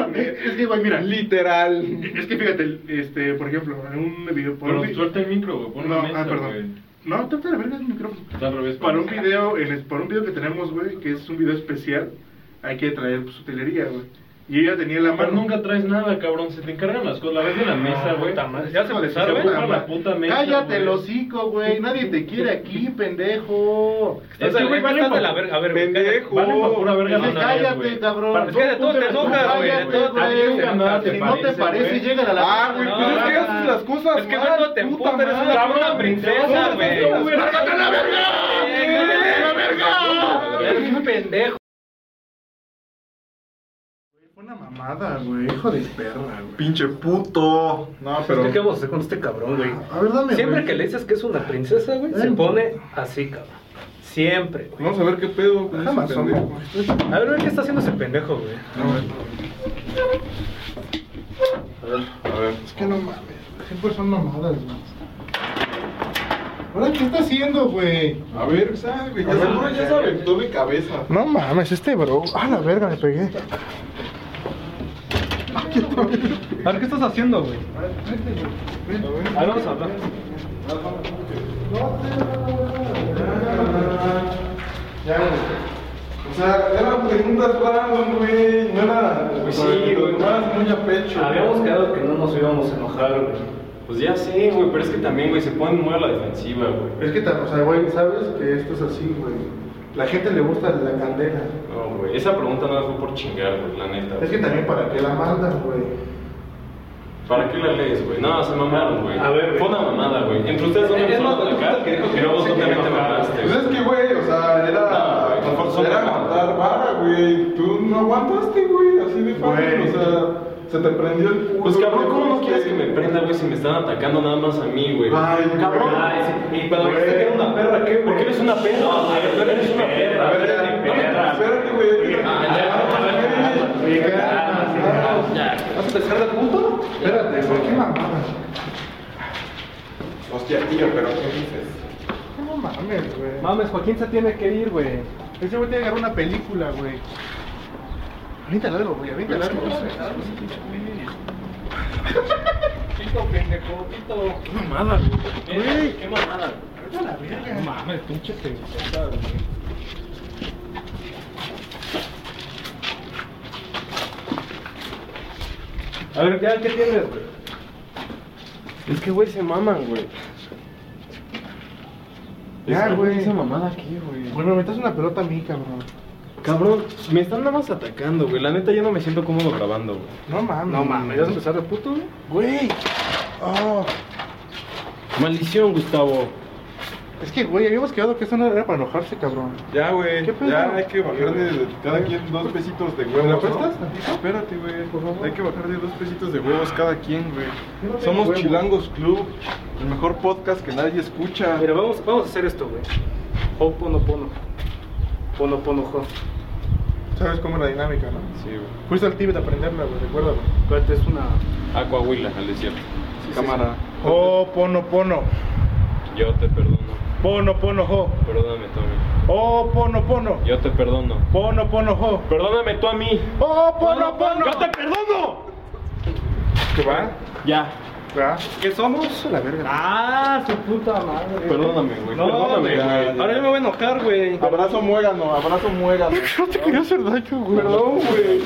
[SPEAKER 1] es que, güey, mira,
[SPEAKER 2] Literal.
[SPEAKER 1] es que fíjate, este, por ejemplo, en un video. por un
[SPEAKER 4] Pero
[SPEAKER 1] vi-
[SPEAKER 4] suelta el micro, güey, pon
[SPEAKER 1] No,
[SPEAKER 4] la mesa,
[SPEAKER 1] ah, perdón.
[SPEAKER 4] güey.
[SPEAKER 1] No, trata de verga el micrófono.
[SPEAKER 4] Está al revés,
[SPEAKER 1] Para un
[SPEAKER 4] güey.
[SPEAKER 1] video, en- para un video que tenemos, güey, que es un video especial, hay que traer su telería, güey. Y ella tenía la
[SPEAKER 4] Pero
[SPEAKER 1] mano.
[SPEAKER 4] nunca traes nada, cabrón. Se te encargan las cosas. La ves de la mesa,
[SPEAKER 3] No,
[SPEAKER 4] güey.
[SPEAKER 3] puta madre. Ya se empezaron,
[SPEAKER 4] Se
[SPEAKER 3] güey.
[SPEAKER 4] ocupa la puta mesa.
[SPEAKER 1] Cállate
[SPEAKER 4] güey.
[SPEAKER 1] el hocico, güey. <laughs> Nadie te quiere aquí, pendejo.
[SPEAKER 3] Es que, güey, va a estar de la verga. A ver, güey,
[SPEAKER 2] Pendejo.
[SPEAKER 4] Valen pa' pura verga.
[SPEAKER 1] Dile,
[SPEAKER 4] los
[SPEAKER 1] cállate,
[SPEAKER 4] tres, güey.
[SPEAKER 1] cabrón.
[SPEAKER 4] Para-
[SPEAKER 3] Es que de todo te enojas, güey, de
[SPEAKER 4] Cállate,
[SPEAKER 3] todo te
[SPEAKER 4] A ti
[SPEAKER 1] enojas.
[SPEAKER 4] nunca nada
[SPEAKER 1] Si no te parece,
[SPEAKER 4] güey.
[SPEAKER 1] llega a la
[SPEAKER 2] Ah, güey, pues es que
[SPEAKER 1] verga.
[SPEAKER 2] haces las cosas.
[SPEAKER 3] Es que,
[SPEAKER 2] mal,
[SPEAKER 3] güey, no
[SPEAKER 2] puta
[SPEAKER 3] te emputas, eres
[SPEAKER 2] madre.
[SPEAKER 3] una puta princesa, güey.
[SPEAKER 1] ¡Cállate la verga!
[SPEAKER 3] Eh,
[SPEAKER 1] ¡La verga!
[SPEAKER 3] Eres un pendejo.
[SPEAKER 1] Fue una mamada, güey. Hijo de perra, güey.
[SPEAKER 2] Pinche puto. No, pero.
[SPEAKER 3] ¿Qué vamos a hacer con este cabrón, güey?
[SPEAKER 1] A ver, dame.
[SPEAKER 3] Siempre
[SPEAKER 1] güey.
[SPEAKER 3] que le dices que es una princesa, güey, se pone así, cabrón. Siempre, güey.
[SPEAKER 2] Vamos a ver qué pedo. con
[SPEAKER 1] Déjame
[SPEAKER 2] ese
[SPEAKER 1] asomo,
[SPEAKER 2] pendejo.
[SPEAKER 1] güey.
[SPEAKER 3] A ver, güey, ¿qué está haciendo ese pendejo, güey?
[SPEAKER 2] A ver.
[SPEAKER 1] Es que no mames, güey. siempre son mamadas, güey. Ahora, ¿qué está haciendo, güey?
[SPEAKER 2] A ver, sabe, güey. Ya,
[SPEAKER 1] A ver.
[SPEAKER 2] seguro ya se aventó de cabeza.
[SPEAKER 1] No mames, este bro. Ah, la verga, me pegué.
[SPEAKER 3] A ver, ¿qué estás haciendo, güey? A ver, vamos a hablar.
[SPEAKER 2] Ya, O sea, eran preguntas random, güey. No era.
[SPEAKER 3] Pues sí, güey.
[SPEAKER 2] Más muy a pecho.
[SPEAKER 3] Habíamos quedado que no nos íbamos a enojar, güey.
[SPEAKER 4] Pues ya sé, güey. Pero es que también, güey, se ponen muy a la defensiva, güey.
[SPEAKER 1] Es que, ta- o sea, güey, sabes que esto es así, güey. La gente le gusta la candela.
[SPEAKER 4] No, güey. Esa pregunta nada fue por chingar, güey, la neta.
[SPEAKER 1] Es que también para qué la mandan, güey.
[SPEAKER 4] ¿Para qué la lees, güey? No, se mamaron, güey.
[SPEAKER 3] A ver, güey.
[SPEAKER 4] Fue una mamada, güey. Entre ustedes dos
[SPEAKER 3] Es
[SPEAKER 4] me
[SPEAKER 3] más,
[SPEAKER 4] fueron a
[SPEAKER 3] tú
[SPEAKER 4] atacar
[SPEAKER 3] que dijo que
[SPEAKER 4] y luego
[SPEAKER 3] no se
[SPEAKER 4] tú también te
[SPEAKER 3] quería enojar.
[SPEAKER 4] mamaste,
[SPEAKER 2] Pues
[SPEAKER 4] güey.
[SPEAKER 2] es que, güey, o sea, era.
[SPEAKER 4] No, güey, con razón.
[SPEAKER 2] era aguantar vara, güey. Tú no aguantaste, güey, así de fácil,
[SPEAKER 1] Güey.
[SPEAKER 2] o sea. Se te prendió el culo.
[SPEAKER 4] Pues cabrón, ¿cómo no
[SPEAKER 2] porque-
[SPEAKER 4] quieres que me prenda, güey, si me están atacando nada más a mí, güey?
[SPEAKER 2] Ay,
[SPEAKER 4] cabrón.
[SPEAKER 2] güey.
[SPEAKER 4] y cuando me dijiste que era una perra, ¿qué? ¿Por qué eres una perra? Tú eres una perra.
[SPEAKER 2] A ver, ya.
[SPEAKER 4] eres mi
[SPEAKER 2] No,
[SPEAKER 4] perra.
[SPEAKER 2] Espérate, güey.
[SPEAKER 4] Ah, ya.
[SPEAKER 2] Ay, güey.
[SPEAKER 1] Ah,
[SPEAKER 4] Ya.
[SPEAKER 3] ¿Vas a empezar de puto?
[SPEAKER 1] Espérate, ¿por qué mamada?
[SPEAKER 2] Hostia, tío, pero ¿qué dices?
[SPEAKER 1] No mames, güey.
[SPEAKER 3] Mames, Joaquín se tiene que ir, güey.
[SPEAKER 1] Ese güey tiene que agarrar una película, güey. Ahorita lo hago, güey, ahorita lo hago.
[SPEAKER 3] Pito, pendejo, pito. Qué mamada, güey. Qué mamada. No mames, pinche pendejada, güey. A ver, ya, ¿qué tienes, güey?
[SPEAKER 4] Es que, güey, se maman, güey.
[SPEAKER 1] Ya,
[SPEAKER 4] Es-
[SPEAKER 1] güey.
[SPEAKER 4] Esa mamada aquí, güey.
[SPEAKER 1] Bueno, me metas una pelota a mí, cabrón.
[SPEAKER 4] Cabrón, me están nada más atacando, güey. La neta, yo no me siento cómodo grabando, güey.
[SPEAKER 1] No mames.
[SPEAKER 3] No mames, ¿ya vas a empezar de puto, güey?
[SPEAKER 1] Güey. Oh.
[SPEAKER 4] Maldición, Gustavo.
[SPEAKER 1] Es que, güey, habíamos quedado que eso no era para enojarse, cabrón.
[SPEAKER 2] Ya, güey.
[SPEAKER 1] ¿Qué pedo?
[SPEAKER 2] Eh, Ya hay que bajarle de- cada quien dos pesitos de huevos.
[SPEAKER 1] ¿Me la
[SPEAKER 2] ¿no? Ah,
[SPEAKER 1] prestas tantito?
[SPEAKER 2] Espérate, güey.
[SPEAKER 1] Por favor.
[SPEAKER 2] Hay que bajarle dos pesitos de huevos cada quien,
[SPEAKER 1] no tengo
[SPEAKER 2] güey. Somos
[SPEAKER 1] huevos.
[SPEAKER 2] Chilangos Club, el mejor podcast que nadie escucha.
[SPEAKER 3] Mira, vamos, vamos a hacer esto, güey. Ho pono pono. Pono pono ho.
[SPEAKER 1] Sabes cómo es la dinámica, ¿no?
[SPEAKER 4] Sí, güey.
[SPEAKER 1] Fuiste al Tíbet a aprenderla, güey, recuérdalo.
[SPEAKER 3] Espérate, es una.
[SPEAKER 4] A Coahuila, al desierto.
[SPEAKER 2] Cámara.
[SPEAKER 1] Oh, pono, pono. <laughs>
[SPEAKER 4] Yo te perdono.
[SPEAKER 1] Pono, pono, ho.
[SPEAKER 4] Perdóname, tú a mí.
[SPEAKER 1] Oh, pono, pono.
[SPEAKER 4] Yo te perdono.
[SPEAKER 1] Pono, pono, ho.
[SPEAKER 4] Perdóname tú a mí.
[SPEAKER 1] Oh, pono, pono.
[SPEAKER 4] Yo te perdono.
[SPEAKER 1] ¿Qué va?
[SPEAKER 4] Ya.
[SPEAKER 1] ¿Va? ¿Qué somos? La verga.
[SPEAKER 3] ¡Ah! Su puta madre.
[SPEAKER 4] Perdóname, güey.
[SPEAKER 3] No,
[SPEAKER 4] perdóname,
[SPEAKER 2] ya,
[SPEAKER 4] güey.
[SPEAKER 2] ya.
[SPEAKER 3] Ahora yo me voy a enojar, güey.
[SPEAKER 2] Abrazo muégano, abrazo muégano.
[SPEAKER 1] No te quería hacer daño, güey.
[SPEAKER 2] Perdón, güey.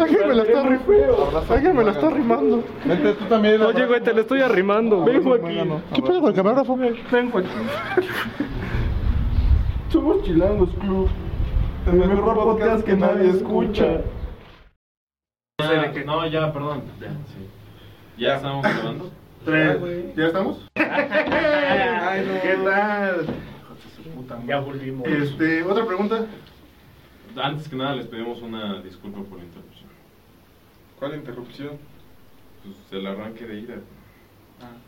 [SPEAKER 1] Alguien me la está rimando.
[SPEAKER 2] Abrazo
[SPEAKER 1] Alguien me la está
[SPEAKER 2] muégano.
[SPEAKER 1] rimando.
[SPEAKER 2] Vente tú también.
[SPEAKER 3] Oye, güey, te lo estoy arrimando. Ven, Joaquín.
[SPEAKER 1] ¿Qué pedo con el camarógrafo?
[SPEAKER 3] Ven, Joaquín.
[SPEAKER 2] Somos Chilangos Club, el mejor podcast que nadie escucha.
[SPEAKER 4] Ya, No, ya, perdón. Ya, sí. ¿Ya estamos grabando?
[SPEAKER 1] Tres. ¿Ya estamos?
[SPEAKER 3] Ay, no.
[SPEAKER 1] ¿Qué tal?
[SPEAKER 3] Ya volvimos.
[SPEAKER 1] Este, otra pregunta.
[SPEAKER 4] Antes que nada, les pedimos una disculpa por la interrupción.
[SPEAKER 2] ¿Cuál interrupción?
[SPEAKER 4] Pues el arranque de ida.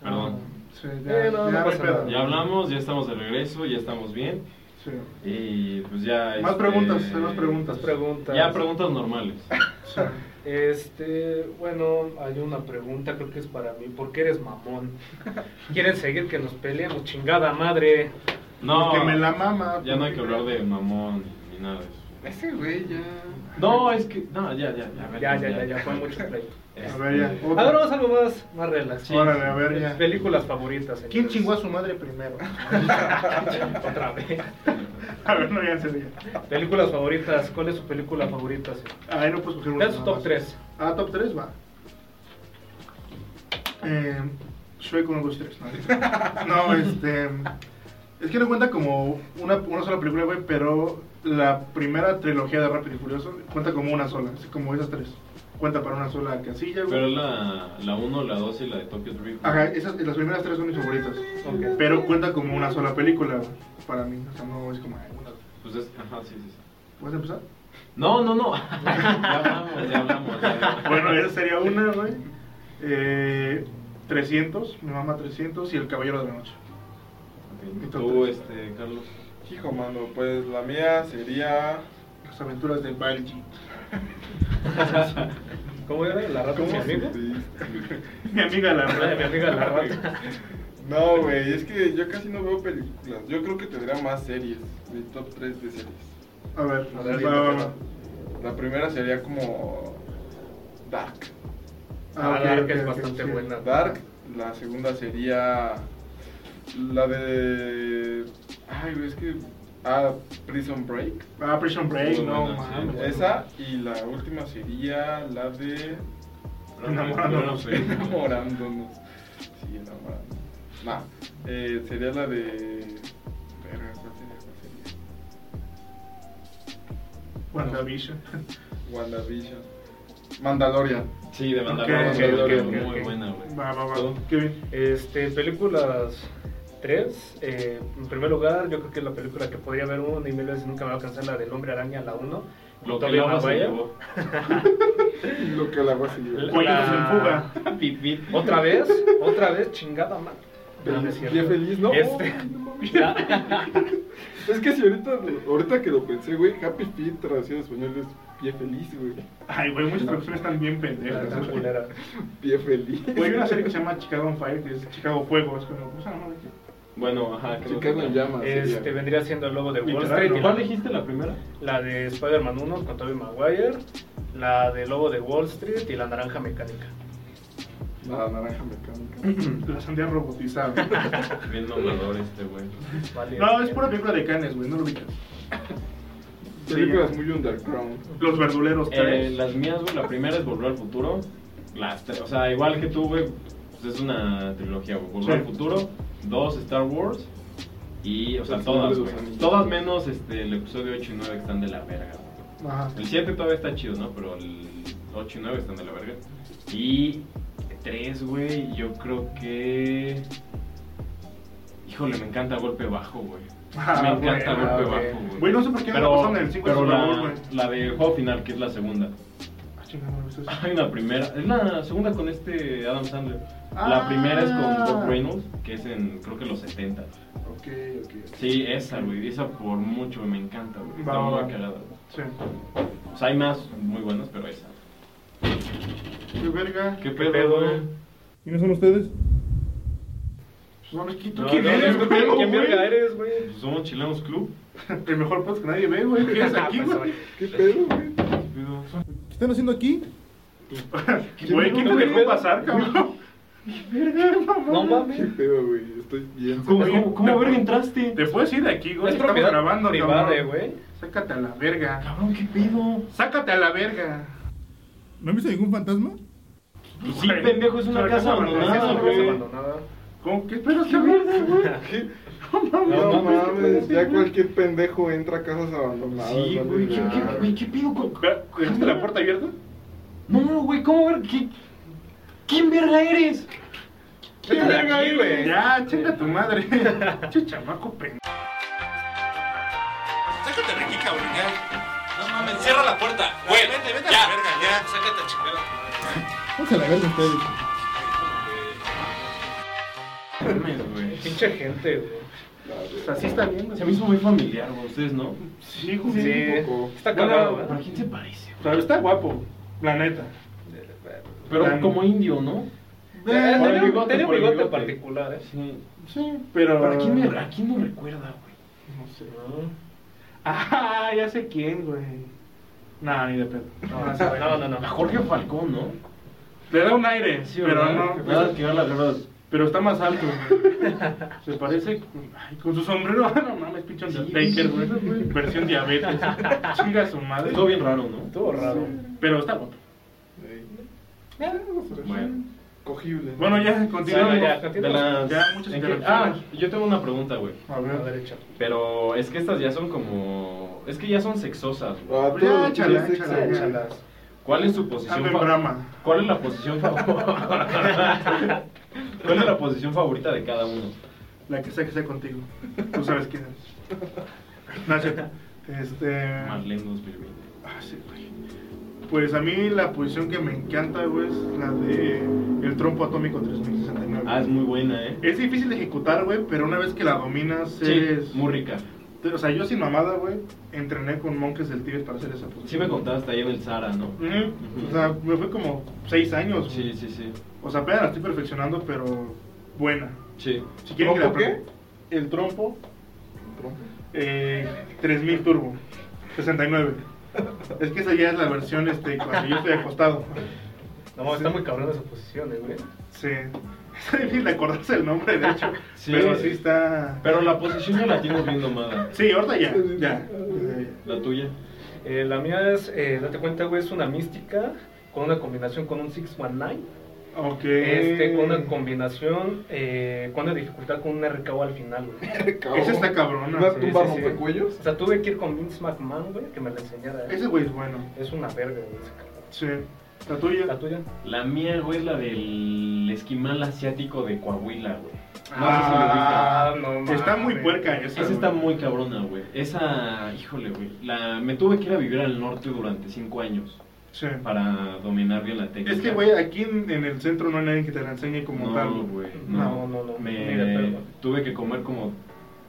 [SPEAKER 4] Perdón.
[SPEAKER 1] Sí,
[SPEAKER 3] Eh, no, no
[SPEAKER 1] hay
[SPEAKER 3] pasa
[SPEAKER 1] pedo.
[SPEAKER 3] nada.
[SPEAKER 4] Ya hablamos, ya estamos de regreso, ya estamos bien.
[SPEAKER 1] Sí.
[SPEAKER 4] Y pues ya.
[SPEAKER 1] Más preguntas, hay más preguntas.
[SPEAKER 3] Preguntas.
[SPEAKER 4] Ya Este, preguntas normales.
[SPEAKER 1] Sí.
[SPEAKER 3] Este, bueno, hay una pregunta, creo que es para mí. ¿Por qué
[SPEAKER 1] <laughs>
[SPEAKER 3] eres mamón? ¿Quieren seguir que nos peleemos? Chingada madre.
[SPEAKER 4] No.
[SPEAKER 1] Que me la mama.
[SPEAKER 4] Ya no hay que hablar de mamón ni nada de eso.
[SPEAKER 2] Ese güey ya.
[SPEAKER 4] No, es que. No, ya, ya. Ya,
[SPEAKER 3] Ya, ya, ya, ya,
[SPEAKER 1] <laughs>
[SPEAKER 3] fue mucho play.
[SPEAKER 1] A ver, ya.
[SPEAKER 4] Este,
[SPEAKER 1] Otra.
[SPEAKER 3] Ahora vamos a algo más, más relax.
[SPEAKER 4] Sí.
[SPEAKER 1] Órale, a ver ya.
[SPEAKER 3] Películas favoritas. señores.
[SPEAKER 1] ¿Quién chingó a
[SPEAKER 3] <laughs>
[SPEAKER 1] su madre primero?
[SPEAKER 3] Otra vez.
[SPEAKER 1] <laughs> a ver, no, ya se ya.
[SPEAKER 3] Películas favoritas. ¿Cuál es su película favorita? señor?
[SPEAKER 1] Ahí no puedes coger una.
[SPEAKER 3] Vean su
[SPEAKER 1] nada
[SPEAKER 3] top
[SPEAKER 1] más.
[SPEAKER 3] 3.
[SPEAKER 1] Ah, top 3 va. Eh, Shrek 1, 2, 3. No, <laughs> este. Es que no cuenta como una, una sola película, güey, pero la primera trilogía de Rápido y Furioso cuenta como una sola, así como esas tres. Cuenta para una sola casilla,
[SPEAKER 4] Pero
[SPEAKER 1] güey.
[SPEAKER 4] la 1, la 2 y la de Tokyo Drift. ¿no?
[SPEAKER 1] Ajá, esas, las primeras tres son mis favoritas.
[SPEAKER 3] Ok.
[SPEAKER 1] Pero cuenta como una sola película, güey, para mí. O sea, no es como. ay, una-
[SPEAKER 4] Pues es. Ajá, sí, sí. sí.
[SPEAKER 1] ¿Puedes empezar?
[SPEAKER 4] No, no, no. <laughs> ya hablamos, ya hablamos. ya hablamos.
[SPEAKER 1] Bueno, esa sería una, güey. Eh, 300, mi mamá 300 y El Caballero de la Noche.
[SPEAKER 4] Ok, Tú, este,
[SPEAKER 1] <laughs>
[SPEAKER 4] Carlos.
[SPEAKER 2] Hijo, mano, pues la mía sería.
[SPEAKER 1] Las aventuras de Balji.
[SPEAKER 3] ¿Cómo era? ¿La rata
[SPEAKER 1] ¿Cómo
[SPEAKER 3] y mi amigo?
[SPEAKER 2] Sí.
[SPEAKER 1] <laughs> Mi amiga la
[SPEAKER 3] La de mi amiga la rata.
[SPEAKER 1] <laughs>
[SPEAKER 2] No, güey, es que yo casi no veo películas. Yo creo que tendría más series. Mi top 3 de series.
[SPEAKER 1] A ver,
[SPEAKER 3] A ver,
[SPEAKER 1] va, va, va.
[SPEAKER 2] La primera sería como. Dark.
[SPEAKER 3] Ah,
[SPEAKER 1] ok,
[SPEAKER 3] Dark
[SPEAKER 1] ok,
[SPEAKER 3] es
[SPEAKER 1] ok,
[SPEAKER 3] bastante
[SPEAKER 1] sí.
[SPEAKER 3] buena.
[SPEAKER 2] Dark, la segunda sería la de... Ay, güey, es que... Ah, Prison Break.
[SPEAKER 1] Ah, Prison Break,
[SPEAKER 4] Muy
[SPEAKER 1] no
[SPEAKER 4] buena, sí.
[SPEAKER 1] mames.
[SPEAKER 2] Esa y la última sería la de...
[SPEAKER 1] Enamorándonos.
[SPEAKER 2] Enamorándonos. Sí, enamorándonos. Nah, eh, sería la de... Verga, ¿cuál sería? ¿Cuál sería?
[SPEAKER 1] WandaVision.
[SPEAKER 2] WandaVision. Mandalorian.
[SPEAKER 4] Sí, de banda
[SPEAKER 1] Ok, ok, ok,
[SPEAKER 4] muy
[SPEAKER 1] ok.
[SPEAKER 4] buena, güey.
[SPEAKER 1] Va, va, va.
[SPEAKER 4] ¿Tú?
[SPEAKER 1] Kevin.
[SPEAKER 3] Este, películas 3. en primer lugar, yo creo que la película que podría ver uno y mil veces nunca me va a alcanzar la del Hombre Araña, la 1.
[SPEAKER 4] Lo que el agua se llevó.
[SPEAKER 2] <laughs> Lo que el agua se lleva.
[SPEAKER 1] Pollitos en fuga.
[SPEAKER 3] <laughs>
[SPEAKER 4] Pipí.
[SPEAKER 3] ¿Otra vez? ¿Otra vez? Chingada madre. No, no es
[SPEAKER 2] Feliz,
[SPEAKER 3] cierto.
[SPEAKER 2] día feliz, ¿no?
[SPEAKER 3] Este- <laughs> Ya.
[SPEAKER 2] Es que si ahorita, ahorita que lo pensé, güey, Happy Feet traducido al español es pie feliz, güey.
[SPEAKER 1] Ay, güey, muchas traducciones están bien
[SPEAKER 3] La
[SPEAKER 1] pendejas.
[SPEAKER 3] gran
[SPEAKER 1] güey.
[SPEAKER 3] culera.
[SPEAKER 2] Pie feliz. <laughs>
[SPEAKER 1] Güey, hay una serie que se llama Chicago on Fire, que es Chicago Fuego. Es como, pues, ah, no,
[SPEAKER 4] Bueno, ajá. creo
[SPEAKER 2] Chicago
[SPEAKER 4] que-
[SPEAKER 2] en llamas. sería.
[SPEAKER 3] Este vendría siendo el logo de Wall
[SPEAKER 1] Literal,
[SPEAKER 3] Street. y
[SPEAKER 1] ¿no?
[SPEAKER 3] la-
[SPEAKER 4] ¿Cuál dijiste la primera?
[SPEAKER 3] La de Spider-Man 1 con Tobey Maguire, la de Lobo de Wall Street y la naranja mecánica.
[SPEAKER 2] La Ah, naranja mecánica.
[SPEAKER 1] la sandía
[SPEAKER 3] <laughs>
[SPEAKER 1] robotizada.
[SPEAKER 4] Bien nombrador este, güey.
[SPEAKER 3] Vale.
[SPEAKER 1] No, es pura película de canes, güey, no lo ubicas.
[SPEAKER 2] Películas muy underground.
[SPEAKER 1] Los verduleros
[SPEAKER 4] Eh,
[SPEAKER 1] tres.
[SPEAKER 4] las mías, güey, la primera es Volver al Futuro. Las tres, o sea, igual que tú, güey, pues es una trilogía, güey. Volver al
[SPEAKER 1] Sí.
[SPEAKER 4] Futuro, dos Star Wars y, o sea,
[SPEAKER 2] El Señor
[SPEAKER 4] todas,
[SPEAKER 2] de los
[SPEAKER 4] güey.
[SPEAKER 2] Anillos.
[SPEAKER 4] Todas menos este, el episodio 8 y 9 que están de la verga. güey.
[SPEAKER 1] Ajá.
[SPEAKER 4] El 7 todavía está chido, ¿no? Pero el 8 y 9 están de la verga. Y tres, güey, yo creo que... Híjole, me encanta golpe bajo, güey.
[SPEAKER 1] <laughs> Ah,
[SPEAKER 4] me encanta
[SPEAKER 1] bueno,
[SPEAKER 4] golpe
[SPEAKER 3] ok.
[SPEAKER 4] bajo, güey.
[SPEAKER 1] Güey, no sé por qué no
[SPEAKER 4] pero,
[SPEAKER 1] pasaron el 5 de
[SPEAKER 4] pero
[SPEAKER 1] Super Bowl,
[SPEAKER 4] la,
[SPEAKER 1] güey.
[SPEAKER 4] la del juego final, que es la segunda.
[SPEAKER 1] Ah, chingada, no lo he visto eso.
[SPEAKER 4] Hay una primera, es la segunda con este Adam Sandler.
[SPEAKER 1] Ah.
[SPEAKER 4] La primera es con Bob Reynolds, que es en creo que los 70.
[SPEAKER 1] Ok, ok.
[SPEAKER 4] Sí, esa, güey, esa por mucho me encanta, güey. Está
[SPEAKER 1] Va, va,
[SPEAKER 4] muy
[SPEAKER 1] va.
[SPEAKER 4] cagada.
[SPEAKER 1] Sí.
[SPEAKER 4] O sea, hay más muy buenas, pero esa.
[SPEAKER 1] Qué verga.
[SPEAKER 4] ¿Qué
[SPEAKER 3] pedo,
[SPEAKER 4] pedo, eh? güey?
[SPEAKER 3] güey?
[SPEAKER 1] ¿Quiénes son ustedes? No, Pues, es que tú
[SPEAKER 3] No,
[SPEAKER 1] quién
[SPEAKER 3] no,
[SPEAKER 1] eres,
[SPEAKER 3] no,
[SPEAKER 1] güey,
[SPEAKER 3] ¿Quién
[SPEAKER 1] güey?
[SPEAKER 3] verga eres, güey?
[SPEAKER 4] Pues somos Chilenos Club.
[SPEAKER 1] <laughs> El mejor post que nadie ve,
[SPEAKER 3] <laughs>
[SPEAKER 1] güey. ¿Qué haces aquí,
[SPEAKER 3] Ah, pues,
[SPEAKER 1] güey?
[SPEAKER 2] ¿Qué pedo, güey?
[SPEAKER 4] ¿Qué pedo?
[SPEAKER 1] ¿Qué están haciendo aquí? <laughs> Güey, ¿quién te
[SPEAKER 3] ¿Qué
[SPEAKER 1] dejó
[SPEAKER 3] pedo? <laughs>
[SPEAKER 1] pasar, cabrón? Verga, mamá.
[SPEAKER 3] No
[SPEAKER 2] ¿Qué
[SPEAKER 3] mames.
[SPEAKER 2] pedo, güey? Estoy bien.
[SPEAKER 4] ¿Cómo,
[SPEAKER 1] Oye,
[SPEAKER 4] cómo, cómo
[SPEAKER 1] ¿te-
[SPEAKER 4] verga entraste?
[SPEAKER 1] Te puedes ir de aquí, güey.
[SPEAKER 3] Es
[SPEAKER 1] Estamos
[SPEAKER 3] propiedad
[SPEAKER 1] grabando,
[SPEAKER 3] privada,
[SPEAKER 1] cabrón.
[SPEAKER 3] güey.
[SPEAKER 1] Sácate a la verga.
[SPEAKER 4] Cabrón, ¿qué pedo?
[SPEAKER 1] Sácate a la verga.
[SPEAKER 5] ¿No viste ningún fantasma?
[SPEAKER 4] Pues sí,
[SPEAKER 1] Güey,
[SPEAKER 4] pendejo, es
[SPEAKER 1] o
[SPEAKER 4] una
[SPEAKER 1] sea,
[SPEAKER 4] casa
[SPEAKER 1] ¿cómo
[SPEAKER 3] Es
[SPEAKER 1] Ah,
[SPEAKER 4] abandonada,
[SPEAKER 3] una
[SPEAKER 1] güey.
[SPEAKER 3] casa
[SPEAKER 4] güey.
[SPEAKER 3] abandonada.
[SPEAKER 1] ¿Con qué esperas, cabrón?
[SPEAKER 2] ¿Qué?
[SPEAKER 1] No,
[SPEAKER 2] No,
[SPEAKER 1] mames,
[SPEAKER 3] no,
[SPEAKER 1] ¿qué
[SPEAKER 2] mames,
[SPEAKER 1] puedes
[SPEAKER 2] ya
[SPEAKER 1] hacer,
[SPEAKER 2] cualquier pendejo entra a casas abandonadas.
[SPEAKER 4] Sí,
[SPEAKER 2] vale,
[SPEAKER 4] güey, ¿qué,
[SPEAKER 2] ya.
[SPEAKER 4] qué- güey, ¿qué pedo con...?
[SPEAKER 1] Ve- ¿Dejaste la puerta abierta?
[SPEAKER 4] No, güey, ¿cómo ver? ¿Qué- ¿Quién verga eres?
[SPEAKER 3] Vete de aquí, güey.
[SPEAKER 1] Ya, chinga tu
[SPEAKER 4] <laughs>
[SPEAKER 1] madre. Che chamaco pendejo.
[SPEAKER 6] Sácate de aquí, cabrón, ya. No mames, cierra la puerta. Güey, vete, vete a la verga, ya. Sácate a chingar
[SPEAKER 5] Vamos a la verga ustedes.
[SPEAKER 4] Mames, güey.
[SPEAKER 3] Pinche gente, güey.
[SPEAKER 1] Así está bien, güey.
[SPEAKER 4] Se me hizo muy familiar, güey. Ustedes no.
[SPEAKER 1] Sí, güey.
[SPEAKER 3] Sí.
[SPEAKER 2] poco.
[SPEAKER 3] Está
[SPEAKER 4] Bueno,
[SPEAKER 3] cagado,
[SPEAKER 4] ¿pero a
[SPEAKER 3] ¿verdad?
[SPEAKER 4] quién se parece? güey?
[SPEAKER 1] O sea, está guapo, la neta.
[SPEAKER 4] Pero
[SPEAKER 1] Tan-
[SPEAKER 4] como indio, ¿no?
[SPEAKER 3] Eh, Tenía
[SPEAKER 4] por el
[SPEAKER 3] un-
[SPEAKER 4] bigote,
[SPEAKER 3] tenía un
[SPEAKER 4] por el
[SPEAKER 3] bigote
[SPEAKER 4] bigote.
[SPEAKER 3] particular, eh.
[SPEAKER 4] Sí.
[SPEAKER 1] Sí, pero...
[SPEAKER 4] ¿Pero a quién, me, a quién me recuerda, güey?
[SPEAKER 1] No sé. <laughs> Ah, ya sé quién, güey. No, ni de pedo. No,
[SPEAKER 4] <laughs>
[SPEAKER 1] ese güey.
[SPEAKER 3] No, no, no.
[SPEAKER 4] A Jorge Falcón, ¿no?
[SPEAKER 1] Le da un aire, pero
[SPEAKER 4] ¿verdad?
[SPEAKER 1] no.
[SPEAKER 4] Nada, que ver las verdades.
[SPEAKER 1] Pero está más alto, güey. Se parece ay, con su sombrero. <laughs> Ah, no mames, pinche Undertaker, güey. Versión diabetes. Chinga su madre.
[SPEAKER 4] Todo bien raro, ¿no?
[SPEAKER 3] Estuvo raro.
[SPEAKER 1] Pero está guapo.
[SPEAKER 2] Ey.
[SPEAKER 4] Bueno.
[SPEAKER 2] Cogible. Ah,
[SPEAKER 1] Bueno, ya, continuamos.
[SPEAKER 3] Bueno, ya,
[SPEAKER 4] De las...
[SPEAKER 1] Ya, muchas
[SPEAKER 4] ¿en qué- Ah,
[SPEAKER 1] interrupciones.
[SPEAKER 4] yo tengo una pregunta, güey.
[SPEAKER 1] A
[SPEAKER 3] A
[SPEAKER 1] ver.
[SPEAKER 3] ver, échale.
[SPEAKER 4] Pero es que estas ya son como... Es que ya son sexosas, güey.
[SPEAKER 2] Ah,
[SPEAKER 1] Ya,
[SPEAKER 2] todo-
[SPEAKER 1] échala,
[SPEAKER 2] todo es
[SPEAKER 1] échala,
[SPEAKER 2] sexo.
[SPEAKER 1] échala.
[SPEAKER 3] Échalas.
[SPEAKER 4] ¿Cuál es su posición
[SPEAKER 1] Ando en
[SPEAKER 4] fa-
[SPEAKER 1] brama.
[SPEAKER 4] ¿Cuál es la posición favorita? <laughs> ¿Cuál es la posición favorita de cada uno?
[SPEAKER 1] La que sea que sea contigo. Tú sabes quién eres. No, es cierto. Este.
[SPEAKER 4] Marlene 2020.
[SPEAKER 1] Ah, sí, güey. Pues a mí la posición que me encanta, güey, es la de el trompo atómico 3069.
[SPEAKER 4] Ah, es muy buena, ¿eh?
[SPEAKER 1] Es difícil de ejecutar, güey, pero una vez que la dominas
[SPEAKER 4] Sí,
[SPEAKER 1] es...
[SPEAKER 4] muy rica.
[SPEAKER 1] O sea, yo sin mamada, güey, entrené con monjes del Tíbet para hacer esa posición.
[SPEAKER 4] Sí me contaste ahí en el Zara, ¿no?
[SPEAKER 1] Ujú. O sea, me fue como seis años. güey.
[SPEAKER 4] Sí, sí, sí.
[SPEAKER 1] O sea, apenas la estoy perfeccionando, pero buena.
[SPEAKER 4] Sí.
[SPEAKER 1] Si quieren que la
[SPEAKER 2] ¿Trompo qué?
[SPEAKER 1] practi- El trompo eh, 3000 turbo 69. Es que esa ya es la versión este cuando yo estoy acostado.
[SPEAKER 3] No, está muy cabrón esa posición, eh, güey.
[SPEAKER 1] Sí. Está difícil de acordarse el nombre, de hecho.
[SPEAKER 4] <laughs> Sí.
[SPEAKER 1] Pero sí está.
[SPEAKER 4] Pero la posición ya la tienes bien domada.
[SPEAKER 1] Sí, ahorita ya. Ya. Eh,
[SPEAKER 4] La tuya.
[SPEAKER 3] Eh, la mía es, eh, date cuenta, güey, es una mística con una combinación con un 619.
[SPEAKER 1] Ok.
[SPEAKER 3] Este, con una combinación eh, con una dificultad con un RKO al final, güey.
[SPEAKER 2] Cabrón.
[SPEAKER 1] Ese está cabrona,
[SPEAKER 2] Una
[SPEAKER 1] sí,
[SPEAKER 2] tumba
[SPEAKER 3] sí, sí.
[SPEAKER 2] rompecuellos.
[SPEAKER 3] O sea, tuve que ir con Vince McMahon, güey, que me la enseñara. eh.
[SPEAKER 1] Ese güey es bueno.
[SPEAKER 3] Es una verga, güey. ese cabrón.
[SPEAKER 1] Sí. La tuya.
[SPEAKER 3] ¿La tuya?
[SPEAKER 4] La mía, güey, es la del esquimal asiático de Coahuila, güey.
[SPEAKER 1] Ah,
[SPEAKER 3] no mames.
[SPEAKER 1] Está muy puerca esa.
[SPEAKER 4] Esa
[SPEAKER 1] güey.
[SPEAKER 4] está muy cabrona, güey. Esa, híjole, güey. La... Me tuve que ir a vivir al norte durante cinco años.
[SPEAKER 1] Sí.
[SPEAKER 4] para dominar bien la técnica.
[SPEAKER 1] Es que, güey, aquí en, en el centro no hay nadie que te la enseñe como
[SPEAKER 4] no,
[SPEAKER 1] tal.
[SPEAKER 4] güey, no,
[SPEAKER 3] No, no, no, ni de
[SPEAKER 4] Me
[SPEAKER 3] pedo.
[SPEAKER 4] tuve que comer como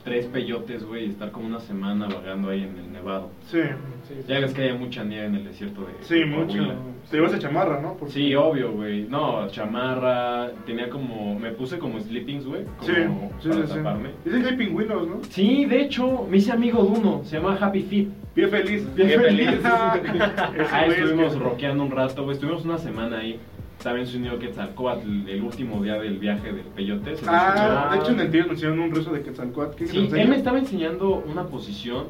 [SPEAKER 4] tres peyotes, güey, y estar como una semana vagando ahí en el nevado.
[SPEAKER 1] Sí,
[SPEAKER 4] Ya ves que hay mucha nieve en el desierto de
[SPEAKER 1] sí,
[SPEAKER 4] de
[SPEAKER 1] mucho.
[SPEAKER 4] Coahuila.
[SPEAKER 1] Te ibas a chamarra, ¿no? Porque-
[SPEAKER 4] Sí, obvio, güey. No, chamarra, tenía como, me puse como sleepings, güey, como
[SPEAKER 1] Sí, sí,
[SPEAKER 4] para
[SPEAKER 1] sí, sí.
[SPEAKER 4] taparme.
[SPEAKER 1] Dicen que hay pingüinos, ¿no?
[SPEAKER 4] Sí, de hecho, me hice amigo de uno, se llama Happy Feet.
[SPEAKER 1] Bien feliz,
[SPEAKER 4] Bien
[SPEAKER 1] bien
[SPEAKER 4] feliz.
[SPEAKER 1] feliz. <laughs> Ah,
[SPEAKER 4] Ahí
[SPEAKER 1] güey es
[SPEAKER 4] estuvimos
[SPEAKER 1] que-
[SPEAKER 4] rockeando un rato, güey. Estuvimos una semana ahí. También se unió Quetzalcoatl el último día del viaje del peyote. se
[SPEAKER 1] Ah, de hecho en
[SPEAKER 4] me
[SPEAKER 1] el
[SPEAKER 4] enseñó.
[SPEAKER 1] tío nos hicieron un rezo de Quetzalcóatl. ¿Qué
[SPEAKER 4] Sí, él me estaba enseñando una posición,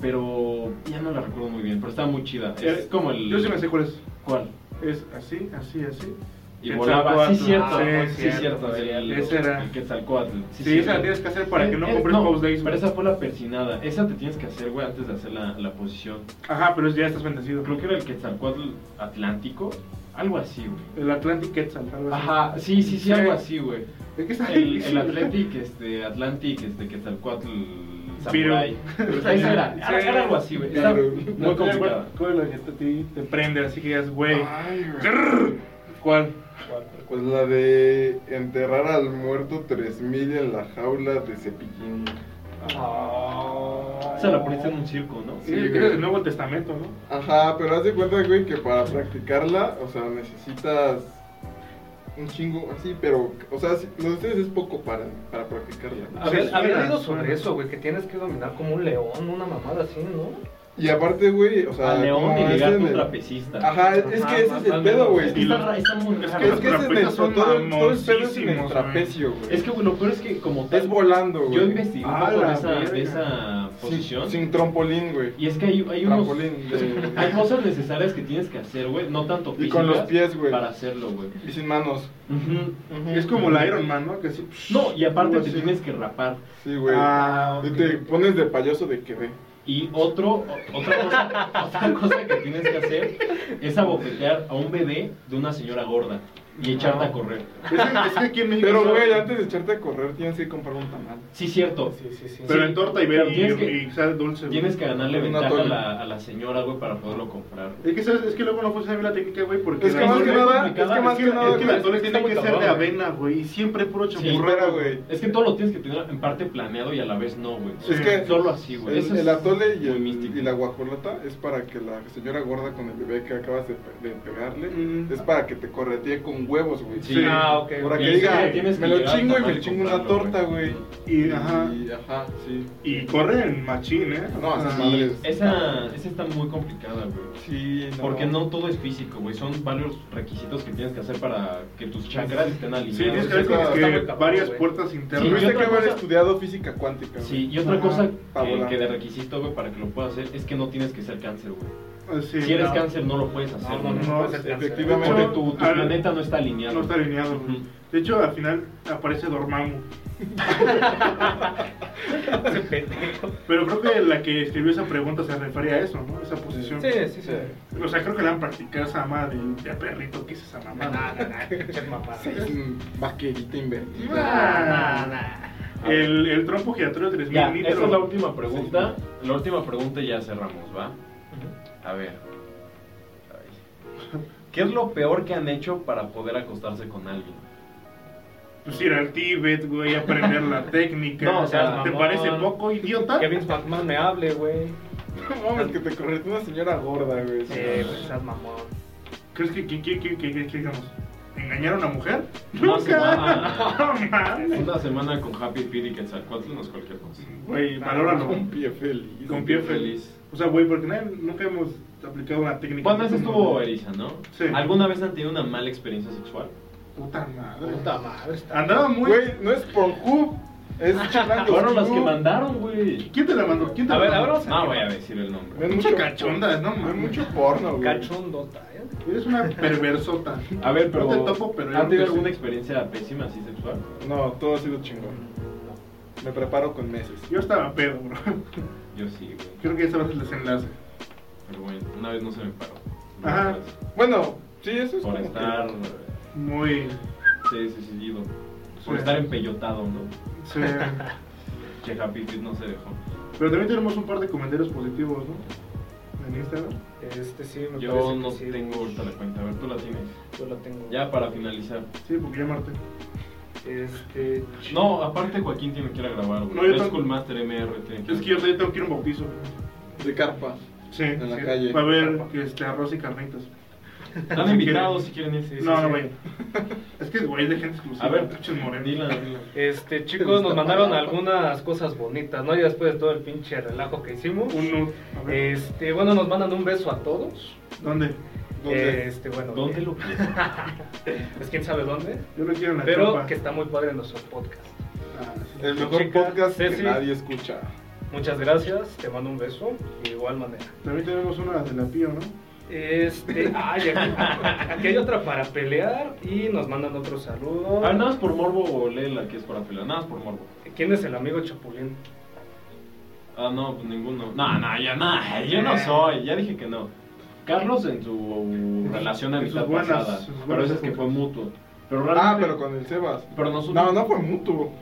[SPEAKER 4] pero ya no la recuerdo muy bien, pero estaba muy chida. Es como el...
[SPEAKER 1] Eh, Yo sí me sé cuál es.
[SPEAKER 4] ¿Cuál?
[SPEAKER 1] Es así, así, así.
[SPEAKER 4] Y volaba,
[SPEAKER 1] Quetzalcóatl.
[SPEAKER 4] sí, cierto,
[SPEAKER 1] Sí,
[SPEAKER 4] sí,
[SPEAKER 1] sí,
[SPEAKER 4] cierto,
[SPEAKER 1] sí,
[SPEAKER 4] el,
[SPEAKER 1] ese era.
[SPEAKER 4] el Quetzalcóatl.
[SPEAKER 1] Sí, esa la tienes que hacer para que no
[SPEAKER 4] Eh, eh,
[SPEAKER 1] compres House Days,
[SPEAKER 4] Pero
[SPEAKER 1] güey.
[SPEAKER 4] esa fue la persinada, esa te tienes que hacer, güey, antes de hacer la, la posición.
[SPEAKER 1] Ajá, pero ya estás bendecido.
[SPEAKER 4] Creo que era el Quetzalcoatl Atlántico, algo así, güey.
[SPEAKER 1] El Atlantic Quetzal, algo así.
[SPEAKER 4] Ajá, sí, sí, sí,
[SPEAKER 1] Sí.
[SPEAKER 4] algo así, güey.
[SPEAKER 1] Es que está
[SPEAKER 2] <laughs>
[SPEAKER 4] El,
[SPEAKER 1] difícil.
[SPEAKER 4] el
[SPEAKER 1] <laughs>
[SPEAKER 4] Atlantic, este, Atlantic, este, Quetzalcoatl,
[SPEAKER 1] Pero-
[SPEAKER 4] Samurai. Esa era, era,
[SPEAKER 1] Sí.
[SPEAKER 4] era algo así, güey. Está
[SPEAKER 2] Claro.
[SPEAKER 4] muy complicada.
[SPEAKER 1] ¿Cuál la gente te, te prende? Así que digas, güey.
[SPEAKER 4] Ah,
[SPEAKER 2] Ay, güey.
[SPEAKER 1] ¿Cuál?
[SPEAKER 2] Pues la de enterrar al muerto 3000 en la jaula de Cepiquín.
[SPEAKER 4] Esa la poniste en un circo, ¿no?
[SPEAKER 1] Sí,
[SPEAKER 2] Sí,
[SPEAKER 1] es
[SPEAKER 2] güey.
[SPEAKER 1] el Nuevo Testamento, ¿no?
[SPEAKER 2] Ajá, pero haz de cuenta, güey, que para practicarla, o sea, necesitas un chingo así, pero, o sea, si- lo de ustedes es poco para, para practicarla.
[SPEAKER 3] A
[SPEAKER 1] Sí,
[SPEAKER 3] ver,
[SPEAKER 1] suena,
[SPEAKER 3] había leído
[SPEAKER 1] suena.
[SPEAKER 3] sobre eso, güey, que tienes que dominar como un león, una mamada así, ¿no?
[SPEAKER 2] Y aparte, güey, o sea,
[SPEAKER 4] Al león
[SPEAKER 2] como
[SPEAKER 4] y
[SPEAKER 2] es
[SPEAKER 4] ligar
[SPEAKER 2] en
[SPEAKER 4] tu
[SPEAKER 2] el-
[SPEAKER 4] trapecista.
[SPEAKER 2] Ajá, es, es
[SPEAKER 3] Ajá,
[SPEAKER 2] que ese
[SPEAKER 3] más
[SPEAKER 2] es
[SPEAKER 3] o
[SPEAKER 2] el
[SPEAKER 3] menos.
[SPEAKER 2] pedo, güey.
[SPEAKER 4] Es que está, ra- está muy raro.
[SPEAKER 1] que
[SPEAKER 2] Es que ese es el,
[SPEAKER 1] trapecistas son
[SPEAKER 2] todo, el- todo el pedo es en el
[SPEAKER 1] mamoncísimos,
[SPEAKER 2] trapecio, güey.
[SPEAKER 4] Es que, güey, lo peor es que como
[SPEAKER 2] Es volando, güey.
[SPEAKER 4] Yo investigué un
[SPEAKER 1] Ah,
[SPEAKER 4] poco de
[SPEAKER 1] la
[SPEAKER 4] esa, de
[SPEAKER 1] verga.
[SPEAKER 4] esa posición.
[SPEAKER 2] Sin, sin trompolín, güey.
[SPEAKER 4] Y es que hay, hay unos... <laughs>
[SPEAKER 2] Trampolín de-
[SPEAKER 4] Hay cosas necesarias que tienes que hacer, güey. No tanto
[SPEAKER 2] Y con los
[SPEAKER 4] físicas
[SPEAKER 2] pies, güey.
[SPEAKER 4] Para hacerlo, güey.
[SPEAKER 2] Y sin manos.
[SPEAKER 4] Ujú.
[SPEAKER 1] Es como la Iron Man, ¿no? Que así, psh,
[SPEAKER 4] No, y aparte
[SPEAKER 1] algo
[SPEAKER 4] te
[SPEAKER 1] así.
[SPEAKER 4] tienes que rapar.
[SPEAKER 2] Sí, güey.
[SPEAKER 1] Ah,
[SPEAKER 2] Y
[SPEAKER 1] ok.
[SPEAKER 2] te pones de payaso de que ve.
[SPEAKER 4] Y otro, o- otra,
[SPEAKER 1] <laughs>
[SPEAKER 4] cosa, otra cosa que tienes que hacer es abofetear a un bebé de una señora gorda y
[SPEAKER 1] Ah.
[SPEAKER 4] echarte a correr.
[SPEAKER 1] Es, que- es que aquí en México.
[SPEAKER 2] Pero,
[SPEAKER 1] son-
[SPEAKER 2] güey, antes de echarte a correr tienes que comprar un tamal.
[SPEAKER 4] Sí, cierto.
[SPEAKER 3] sí, sí.
[SPEAKER 1] Pero
[SPEAKER 4] Sí,
[SPEAKER 1] en torta y
[SPEAKER 4] pero
[SPEAKER 1] ver y,
[SPEAKER 4] tienes que-
[SPEAKER 1] y sal dulce. güey.
[SPEAKER 4] Tienes que ganarle
[SPEAKER 2] Una
[SPEAKER 4] ventaja a
[SPEAKER 2] toalla.
[SPEAKER 4] la, a la señora, güey, para poderlo comprar.
[SPEAKER 1] Es que, ¿sabes? es que luego no funciona bien la técnica, güey, porque...
[SPEAKER 2] Es que
[SPEAKER 1] la
[SPEAKER 2] más que
[SPEAKER 1] atole-
[SPEAKER 2] nada,
[SPEAKER 1] es
[SPEAKER 2] es
[SPEAKER 1] que,
[SPEAKER 2] que más que
[SPEAKER 1] la-
[SPEAKER 2] nada,
[SPEAKER 1] es que la
[SPEAKER 2] güey,
[SPEAKER 1] tole
[SPEAKER 4] está
[SPEAKER 1] tiene
[SPEAKER 4] muy
[SPEAKER 1] que ser
[SPEAKER 4] cabrón,
[SPEAKER 1] de
[SPEAKER 4] güey.
[SPEAKER 1] avena, güey, y siempre puro
[SPEAKER 4] Sí.
[SPEAKER 1] chamurrera, güey.
[SPEAKER 2] güey.
[SPEAKER 4] Es que todo lo tienes que tener en parte planeado y a la vez no, güey.
[SPEAKER 1] Sí.
[SPEAKER 2] Es que
[SPEAKER 4] Solo así, güey. Eso
[SPEAKER 2] el,
[SPEAKER 4] es
[SPEAKER 2] el atole y,
[SPEAKER 4] muy
[SPEAKER 2] el-
[SPEAKER 4] místico.
[SPEAKER 2] y la guajolota es para que la señora gorda con el bebé que acabas de, pe- de pegarle,
[SPEAKER 1] Mm.
[SPEAKER 2] es para que te corretee con huevos, güey.
[SPEAKER 4] Sí.
[SPEAKER 3] Ah, ok.
[SPEAKER 2] Para
[SPEAKER 4] Y
[SPEAKER 2] que
[SPEAKER 4] eso
[SPEAKER 2] diga,
[SPEAKER 4] lo tienes que
[SPEAKER 2] me lo
[SPEAKER 4] llegar
[SPEAKER 2] chingo y
[SPEAKER 4] hasta
[SPEAKER 2] me
[SPEAKER 4] más
[SPEAKER 2] chingo una
[SPEAKER 4] comprarlo,
[SPEAKER 2] torta, güey.
[SPEAKER 1] Y, ajá,
[SPEAKER 2] Y ajá, sí.
[SPEAKER 1] y corre en machín, ¿eh?
[SPEAKER 2] No, esas
[SPEAKER 1] Ah.
[SPEAKER 2] madres.
[SPEAKER 4] Esa, esa está muy complicada, güey.
[SPEAKER 2] Sí,
[SPEAKER 4] Porque no todo es físico, güey. Son varios requisitos que tienes que hacer para que tus chakras estén
[SPEAKER 1] Sí,
[SPEAKER 4] alineados.
[SPEAKER 1] tienes que ver
[SPEAKER 2] Está-
[SPEAKER 1] como que
[SPEAKER 2] está
[SPEAKER 3] muy cabrón,
[SPEAKER 1] varias
[SPEAKER 3] güey.
[SPEAKER 1] puertas
[SPEAKER 4] Sí,
[SPEAKER 1] internas.
[SPEAKER 4] yo-
[SPEAKER 2] Tuviste que
[SPEAKER 4] otra
[SPEAKER 2] haber
[SPEAKER 4] cosa-
[SPEAKER 2] estudiado física cuántica, güey.
[SPEAKER 4] Sí, y otra
[SPEAKER 1] Ajá,
[SPEAKER 4] cosa
[SPEAKER 2] pa'
[SPEAKER 4] que,
[SPEAKER 2] volar.
[SPEAKER 4] que de requisito, güey, para que lo puedas hacer es que no tienes que ser cáncer, güey.
[SPEAKER 1] Ah, sí,
[SPEAKER 4] si eres
[SPEAKER 1] no.
[SPEAKER 4] cáncer, no lo puedes hacer,
[SPEAKER 3] No,
[SPEAKER 4] güey.
[SPEAKER 3] no, no,
[SPEAKER 1] No,
[SPEAKER 3] puede ser cáncer.
[SPEAKER 2] efectivamente.
[SPEAKER 4] Porque
[SPEAKER 1] no.
[SPEAKER 4] tu, tu
[SPEAKER 1] Ah,
[SPEAKER 4] planeta no está alineado.
[SPEAKER 1] No está alineado, güey.
[SPEAKER 4] Ujú.
[SPEAKER 1] De hecho, al final aparece Dormammu. <laughs> Pero creo que la que escribió esa pregunta se refería a eso, ¿no? Esa posición.
[SPEAKER 3] Sí, sí, sí.
[SPEAKER 1] O sea, creo que la han practicado esa mamá de, de a perrito que es esa mamá.
[SPEAKER 3] Nah, nah, nah, pinches mamadas.
[SPEAKER 2] Es un vaquerita invertida.
[SPEAKER 1] Nah, Ah. El, el trompo giratorio 3000
[SPEAKER 4] Ya,
[SPEAKER 1] litros.
[SPEAKER 4] esa es la última pregunta. La última pregunta y ya cerramos, ¿va? A ver. Ay. ¿Qué es lo peor que han hecho para poder acostarse con alguien?
[SPEAKER 1] Pues ir al Tíbet, güey, aprender
[SPEAKER 3] <laughs>
[SPEAKER 1] la técnica.
[SPEAKER 3] No, o sea,
[SPEAKER 1] ¿te
[SPEAKER 3] mamón.
[SPEAKER 1] parece poco, idiota?
[SPEAKER 3] Que Vince McMahon me hable, güey.
[SPEAKER 2] No mames, que te correte una señora gorda, güey.
[SPEAKER 3] Sí,
[SPEAKER 4] pues,
[SPEAKER 3] güey, seas Eh, pues, mamón.
[SPEAKER 1] ¿Crees que, que, que, que, que, que- que digamos? ¿Engañar a una mujer?
[SPEAKER 4] Una semana.
[SPEAKER 1] <laughs> No mames.
[SPEAKER 4] Una semana con Happy Feet y Quetzalcoatl no es cualquier cosa.
[SPEAKER 1] Güey, valóralo.
[SPEAKER 3] <laughs>
[SPEAKER 2] Con pie feliz.
[SPEAKER 1] Con pie feliz. O sea, güey, porque nadie- nunca hemos aplicado una técnica.
[SPEAKER 4] Bueno, esa
[SPEAKER 1] así
[SPEAKER 4] estuvo
[SPEAKER 1] como-
[SPEAKER 4] Eriza, ¿no?
[SPEAKER 1] Sí.
[SPEAKER 4] ¿Alguna vez han tenido una mala experiencia sexual?
[SPEAKER 1] Puta madre.
[SPEAKER 3] Puta madre. está-
[SPEAKER 1] Andaba muy.
[SPEAKER 2] Güey, no es Pornhub, es
[SPEAKER 4] <laughs>
[SPEAKER 2] Chilango.
[SPEAKER 4] Fueron las que mandaron, güey.
[SPEAKER 1] ¿Quién te la mandó? ¿Quién te
[SPEAKER 3] A
[SPEAKER 1] la
[SPEAKER 3] ver,
[SPEAKER 1] mandó?
[SPEAKER 3] a ver, vamos
[SPEAKER 4] No voy a decir el nombre.
[SPEAKER 2] Ven
[SPEAKER 1] Mucha cachonda, no mames.
[SPEAKER 2] Ven mucho
[SPEAKER 3] Ah,
[SPEAKER 2] porno, güey.
[SPEAKER 3] Cachondota, ¿eh?
[SPEAKER 1] <laughs> Eres una perversota.
[SPEAKER 4] A ver, pero.
[SPEAKER 1] No te topo, pero. yo
[SPEAKER 4] ¿Han tenido
[SPEAKER 1] creo que
[SPEAKER 4] alguna
[SPEAKER 1] sí.
[SPEAKER 4] experiencia pésima así sexual?
[SPEAKER 2] No, todo ha sido chingón. Me preparo con meses.
[SPEAKER 1] Yo estaba pedo, bro. <laughs>
[SPEAKER 4] Yo sí, güey.
[SPEAKER 1] Creo que ya sabes el desenlace.
[SPEAKER 4] Pero bueno, una vez no se me paró.
[SPEAKER 1] Ajá.
[SPEAKER 2] Bueno, sí, eso es
[SPEAKER 4] Por
[SPEAKER 2] como
[SPEAKER 4] estar.
[SPEAKER 2] que-
[SPEAKER 1] Muy.
[SPEAKER 4] Sí, sí, sí, digo. Por
[SPEAKER 1] Sí.
[SPEAKER 4] estar empeyotado, ¿no?
[SPEAKER 1] sí.
[SPEAKER 4] Que Happy Feet no se dejó.
[SPEAKER 1] Pero también tenemos un par de comentarios positivos, ¿no? en Instagram?
[SPEAKER 3] Este sí, me
[SPEAKER 4] Yo
[SPEAKER 3] parece que
[SPEAKER 4] no
[SPEAKER 3] sí.
[SPEAKER 4] tengo ahorita la cuenta, a ver, tú la tienes.
[SPEAKER 3] Yo la tengo.
[SPEAKER 4] Ya para finalizar.
[SPEAKER 1] Sí, porque ya Marte.
[SPEAKER 3] Este.
[SPEAKER 4] No, aparte Joaquín tiene que ir a grabar, güey.
[SPEAKER 1] No, yo
[SPEAKER 4] Es
[SPEAKER 1] tampoco.
[SPEAKER 4] Master MR tiene que
[SPEAKER 1] Es que yo todavía tengo que ir a un bautizo.
[SPEAKER 2] De carpa.
[SPEAKER 1] Sí,
[SPEAKER 2] En la
[SPEAKER 1] sí.
[SPEAKER 2] calle.
[SPEAKER 1] Va a haber este, arroz y carnitas.
[SPEAKER 4] Están invitados si quieren ir.
[SPEAKER 1] no, no, güey. <laughs> Es que, güey, es de gente exclusiva.
[SPEAKER 4] A ver,
[SPEAKER 1] pinches morenos.
[SPEAKER 4] dila, dila.
[SPEAKER 3] Este, chicos, nos mandaron algunas cosas bonitas, ¿no? Ya después de todo el pinche relajo que hicimos.
[SPEAKER 1] <laughs> Un nude. A ver.
[SPEAKER 3] Este, bueno, nos mandan un beso a todos.
[SPEAKER 1] ¿Dónde?
[SPEAKER 2] ¿Dónde?
[SPEAKER 3] Este, bueno.
[SPEAKER 4] ¿Dónde
[SPEAKER 3] eh,
[SPEAKER 4] lo
[SPEAKER 3] <laughs>
[SPEAKER 4] quieres?
[SPEAKER 3] Pues quién sabe dónde.
[SPEAKER 1] Yo lo quiero en la
[SPEAKER 3] Pero
[SPEAKER 1] chapa.
[SPEAKER 3] que está muy padre nuestro podcast.
[SPEAKER 1] Ah, sí.
[SPEAKER 2] El mejor
[SPEAKER 3] Chica,
[SPEAKER 2] podcast
[SPEAKER 3] Ceci.
[SPEAKER 2] que nadie escucha. Ah,
[SPEAKER 3] Muchas gracias, te mando un beso. De igual manera.
[SPEAKER 1] También tenemos una de la Pío, ¿no?
[SPEAKER 3] <laughs> Este, ay, aquí, aquí hay otra para pelear y nos mandan otro
[SPEAKER 4] A
[SPEAKER 3] saludo.
[SPEAKER 4] ver, Ah, nada más por morbo o lee la que es para pelear. Nada más por morbo.
[SPEAKER 3] ¿Quién es el amigo Chapulín?
[SPEAKER 4] Ah, no, pues ninguno. No, no, yo no, yo no soy. Ya dije que no. Carlos en su relación de
[SPEAKER 1] En sus
[SPEAKER 4] amistad
[SPEAKER 1] buenas-
[SPEAKER 4] pasada.
[SPEAKER 1] sus buenas
[SPEAKER 4] Pero ese es que fue
[SPEAKER 1] épocas.
[SPEAKER 4] mutuo. Pero
[SPEAKER 2] Ah,
[SPEAKER 4] realmente-
[SPEAKER 2] pero con el Sebas.
[SPEAKER 4] Pero nosotros...
[SPEAKER 2] No, no fue mutuo.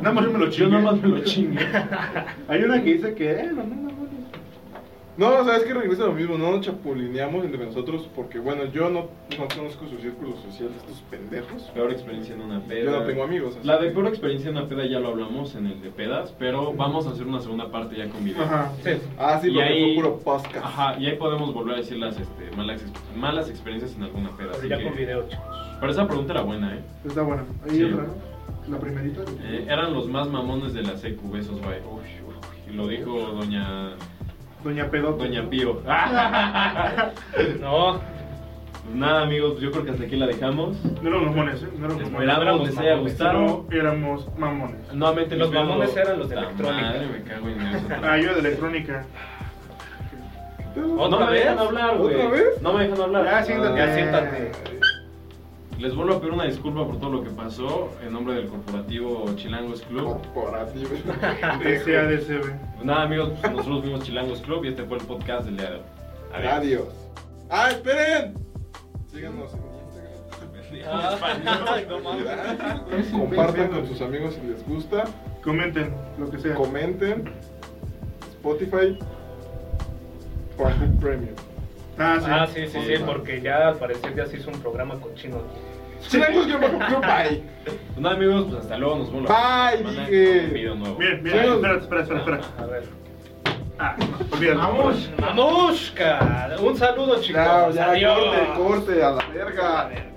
[SPEAKER 1] Nada más yo me lo
[SPEAKER 4] Yo
[SPEAKER 1] chingo.
[SPEAKER 4] nada más me lo chingué.
[SPEAKER 1] <laughs>
[SPEAKER 2] <laughs>
[SPEAKER 1] Hay una que dice que, eh, no, no, no, no.
[SPEAKER 2] No, o sea, es que regresa lo mismo, no nos chapulineamos entre nosotros porque, bueno, yo no, no conozco su círculo social, estos pendejos.
[SPEAKER 4] Peor experiencia en una peda.
[SPEAKER 2] Yo no tengo amigos. así
[SPEAKER 4] La de
[SPEAKER 2] que-
[SPEAKER 4] peor experiencia en una peda ya lo hablamos en el de pedas, pero vamos a hacer una segunda parte ya con video.
[SPEAKER 1] Ajá.
[SPEAKER 3] Sí.
[SPEAKER 2] Ah, sí,
[SPEAKER 4] Y
[SPEAKER 2] porque
[SPEAKER 4] ahí-
[SPEAKER 2] fue puro podcast.
[SPEAKER 4] Ajá, y ahí podemos volver a decir las este, malas, ex- malas experiencias en alguna peda. así
[SPEAKER 3] ya
[SPEAKER 4] que-
[SPEAKER 3] con
[SPEAKER 4] <laughs>
[SPEAKER 3] video, chicos.
[SPEAKER 4] Pero esa pregunta era buena, ¿eh?
[SPEAKER 1] Está buena. Hay
[SPEAKER 4] Sí.
[SPEAKER 1] otra, ¿no? La primerita.
[SPEAKER 4] Eh, Eran los más mamones de la secu, esos, güey. Uy, uy, uy. Lo dijo doña,
[SPEAKER 1] Doña Pedote.
[SPEAKER 4] doña Pío. <laughs> Pues
[SPEAKER 3] No,
[SPEAKER 4] Nada, amigos, yo creo que hasta aquí la dejamos.
[SPEAKER 1] No éramos mamones, ¿eh? No éramos mamones.
[SPEAKER 4] Esperamos les haya
[SPEAKER 3] mamones,
[SPEAKER 4] gustado.
[SPEAKER 1] No éramos mamones.
[SPEAKER 4] Nuevamente
[SPEAKER 3] Los
[SPEAKER 4] les veo-
[SPEAKER 3] mamones eran los de
[SPEAKER 4] La
[SPEAKER 3] electrónica.
[SPEAKER 4] Madre, me cago en Dios.
[SPEAKER 1] Ah, yo de electrónica.
[SPEAKER 2] Pero-
[SPEAKER 4] No
[SPEAKER 3] ¿Otra
[SPEAKER 4] me
[SPEAKER 3] vez?
[SPEAKER 4] dejan hablar, güey.
[SPEAKER 2] ¿Otra vez?
[SPEAKER 4] No me dejan hablar.
[SPEAKER 1] Ya, siéntate.
[SPEAKER 3] ya siéntate.
[SPEAKER 4] Les vuelvo a pedir una disculpa por todo lo que pasó en nombre del corporativo Chilangos Club.
[SPEAKER 2] Corporativo.
[SPEAKER 3] <laughs>
[SPEAKER 1] SADCB.
[SPEAKER 4] Pues nada, amigos, pues nosotros fuimos Chilangos Club y este fue el podcast del día de hoy.
[SPEAKER 2] <laughs> Adiós. ¡Ah, esperen! Síganos en <laughs> Instagram. Compartan con sus amigos si les gusta.
[SPEAKER 1] Comenten lo que sea.
[SPEAKER 2] Comenten. Spotify. Pornhub Premium.
[SPEAKER 1] Ah, sí.
[SPEAKER 3] Ah, sí, sí, sí,
[SPEAKER 2] Ajá.
[SPEAKER 3] porque ya al parecer ya se hizo un programa con chino.
[SPEAKER 2] Chilangos, <laughs> yo me compro. Bye.
[SPEAKER 4] Pues nada, amigos, pues hasta luego, nos vemos. la
[SPEAKER 2] Bye,
[SPEAKER 4] semana
[SPEAKER 2] dije.
[SPEAKER 4] con un video nuevo.
[SPEAKER 1] Miren, miren,
[SPEAKER 2] Sí.
[SPEAKER 1] espera, espera, espera, espera.
[SPEAKER 3] A ver.
[SPEAKER 1] Ah, no, olvídalo.
[SPEAKER 3] ¡Mamushka! Un saludo, chicos.
[SPEAKER 2] Ya, ya,
[SPEAKER 3] Adiós.
[SPEAKER 2] corte, corte, a la verga.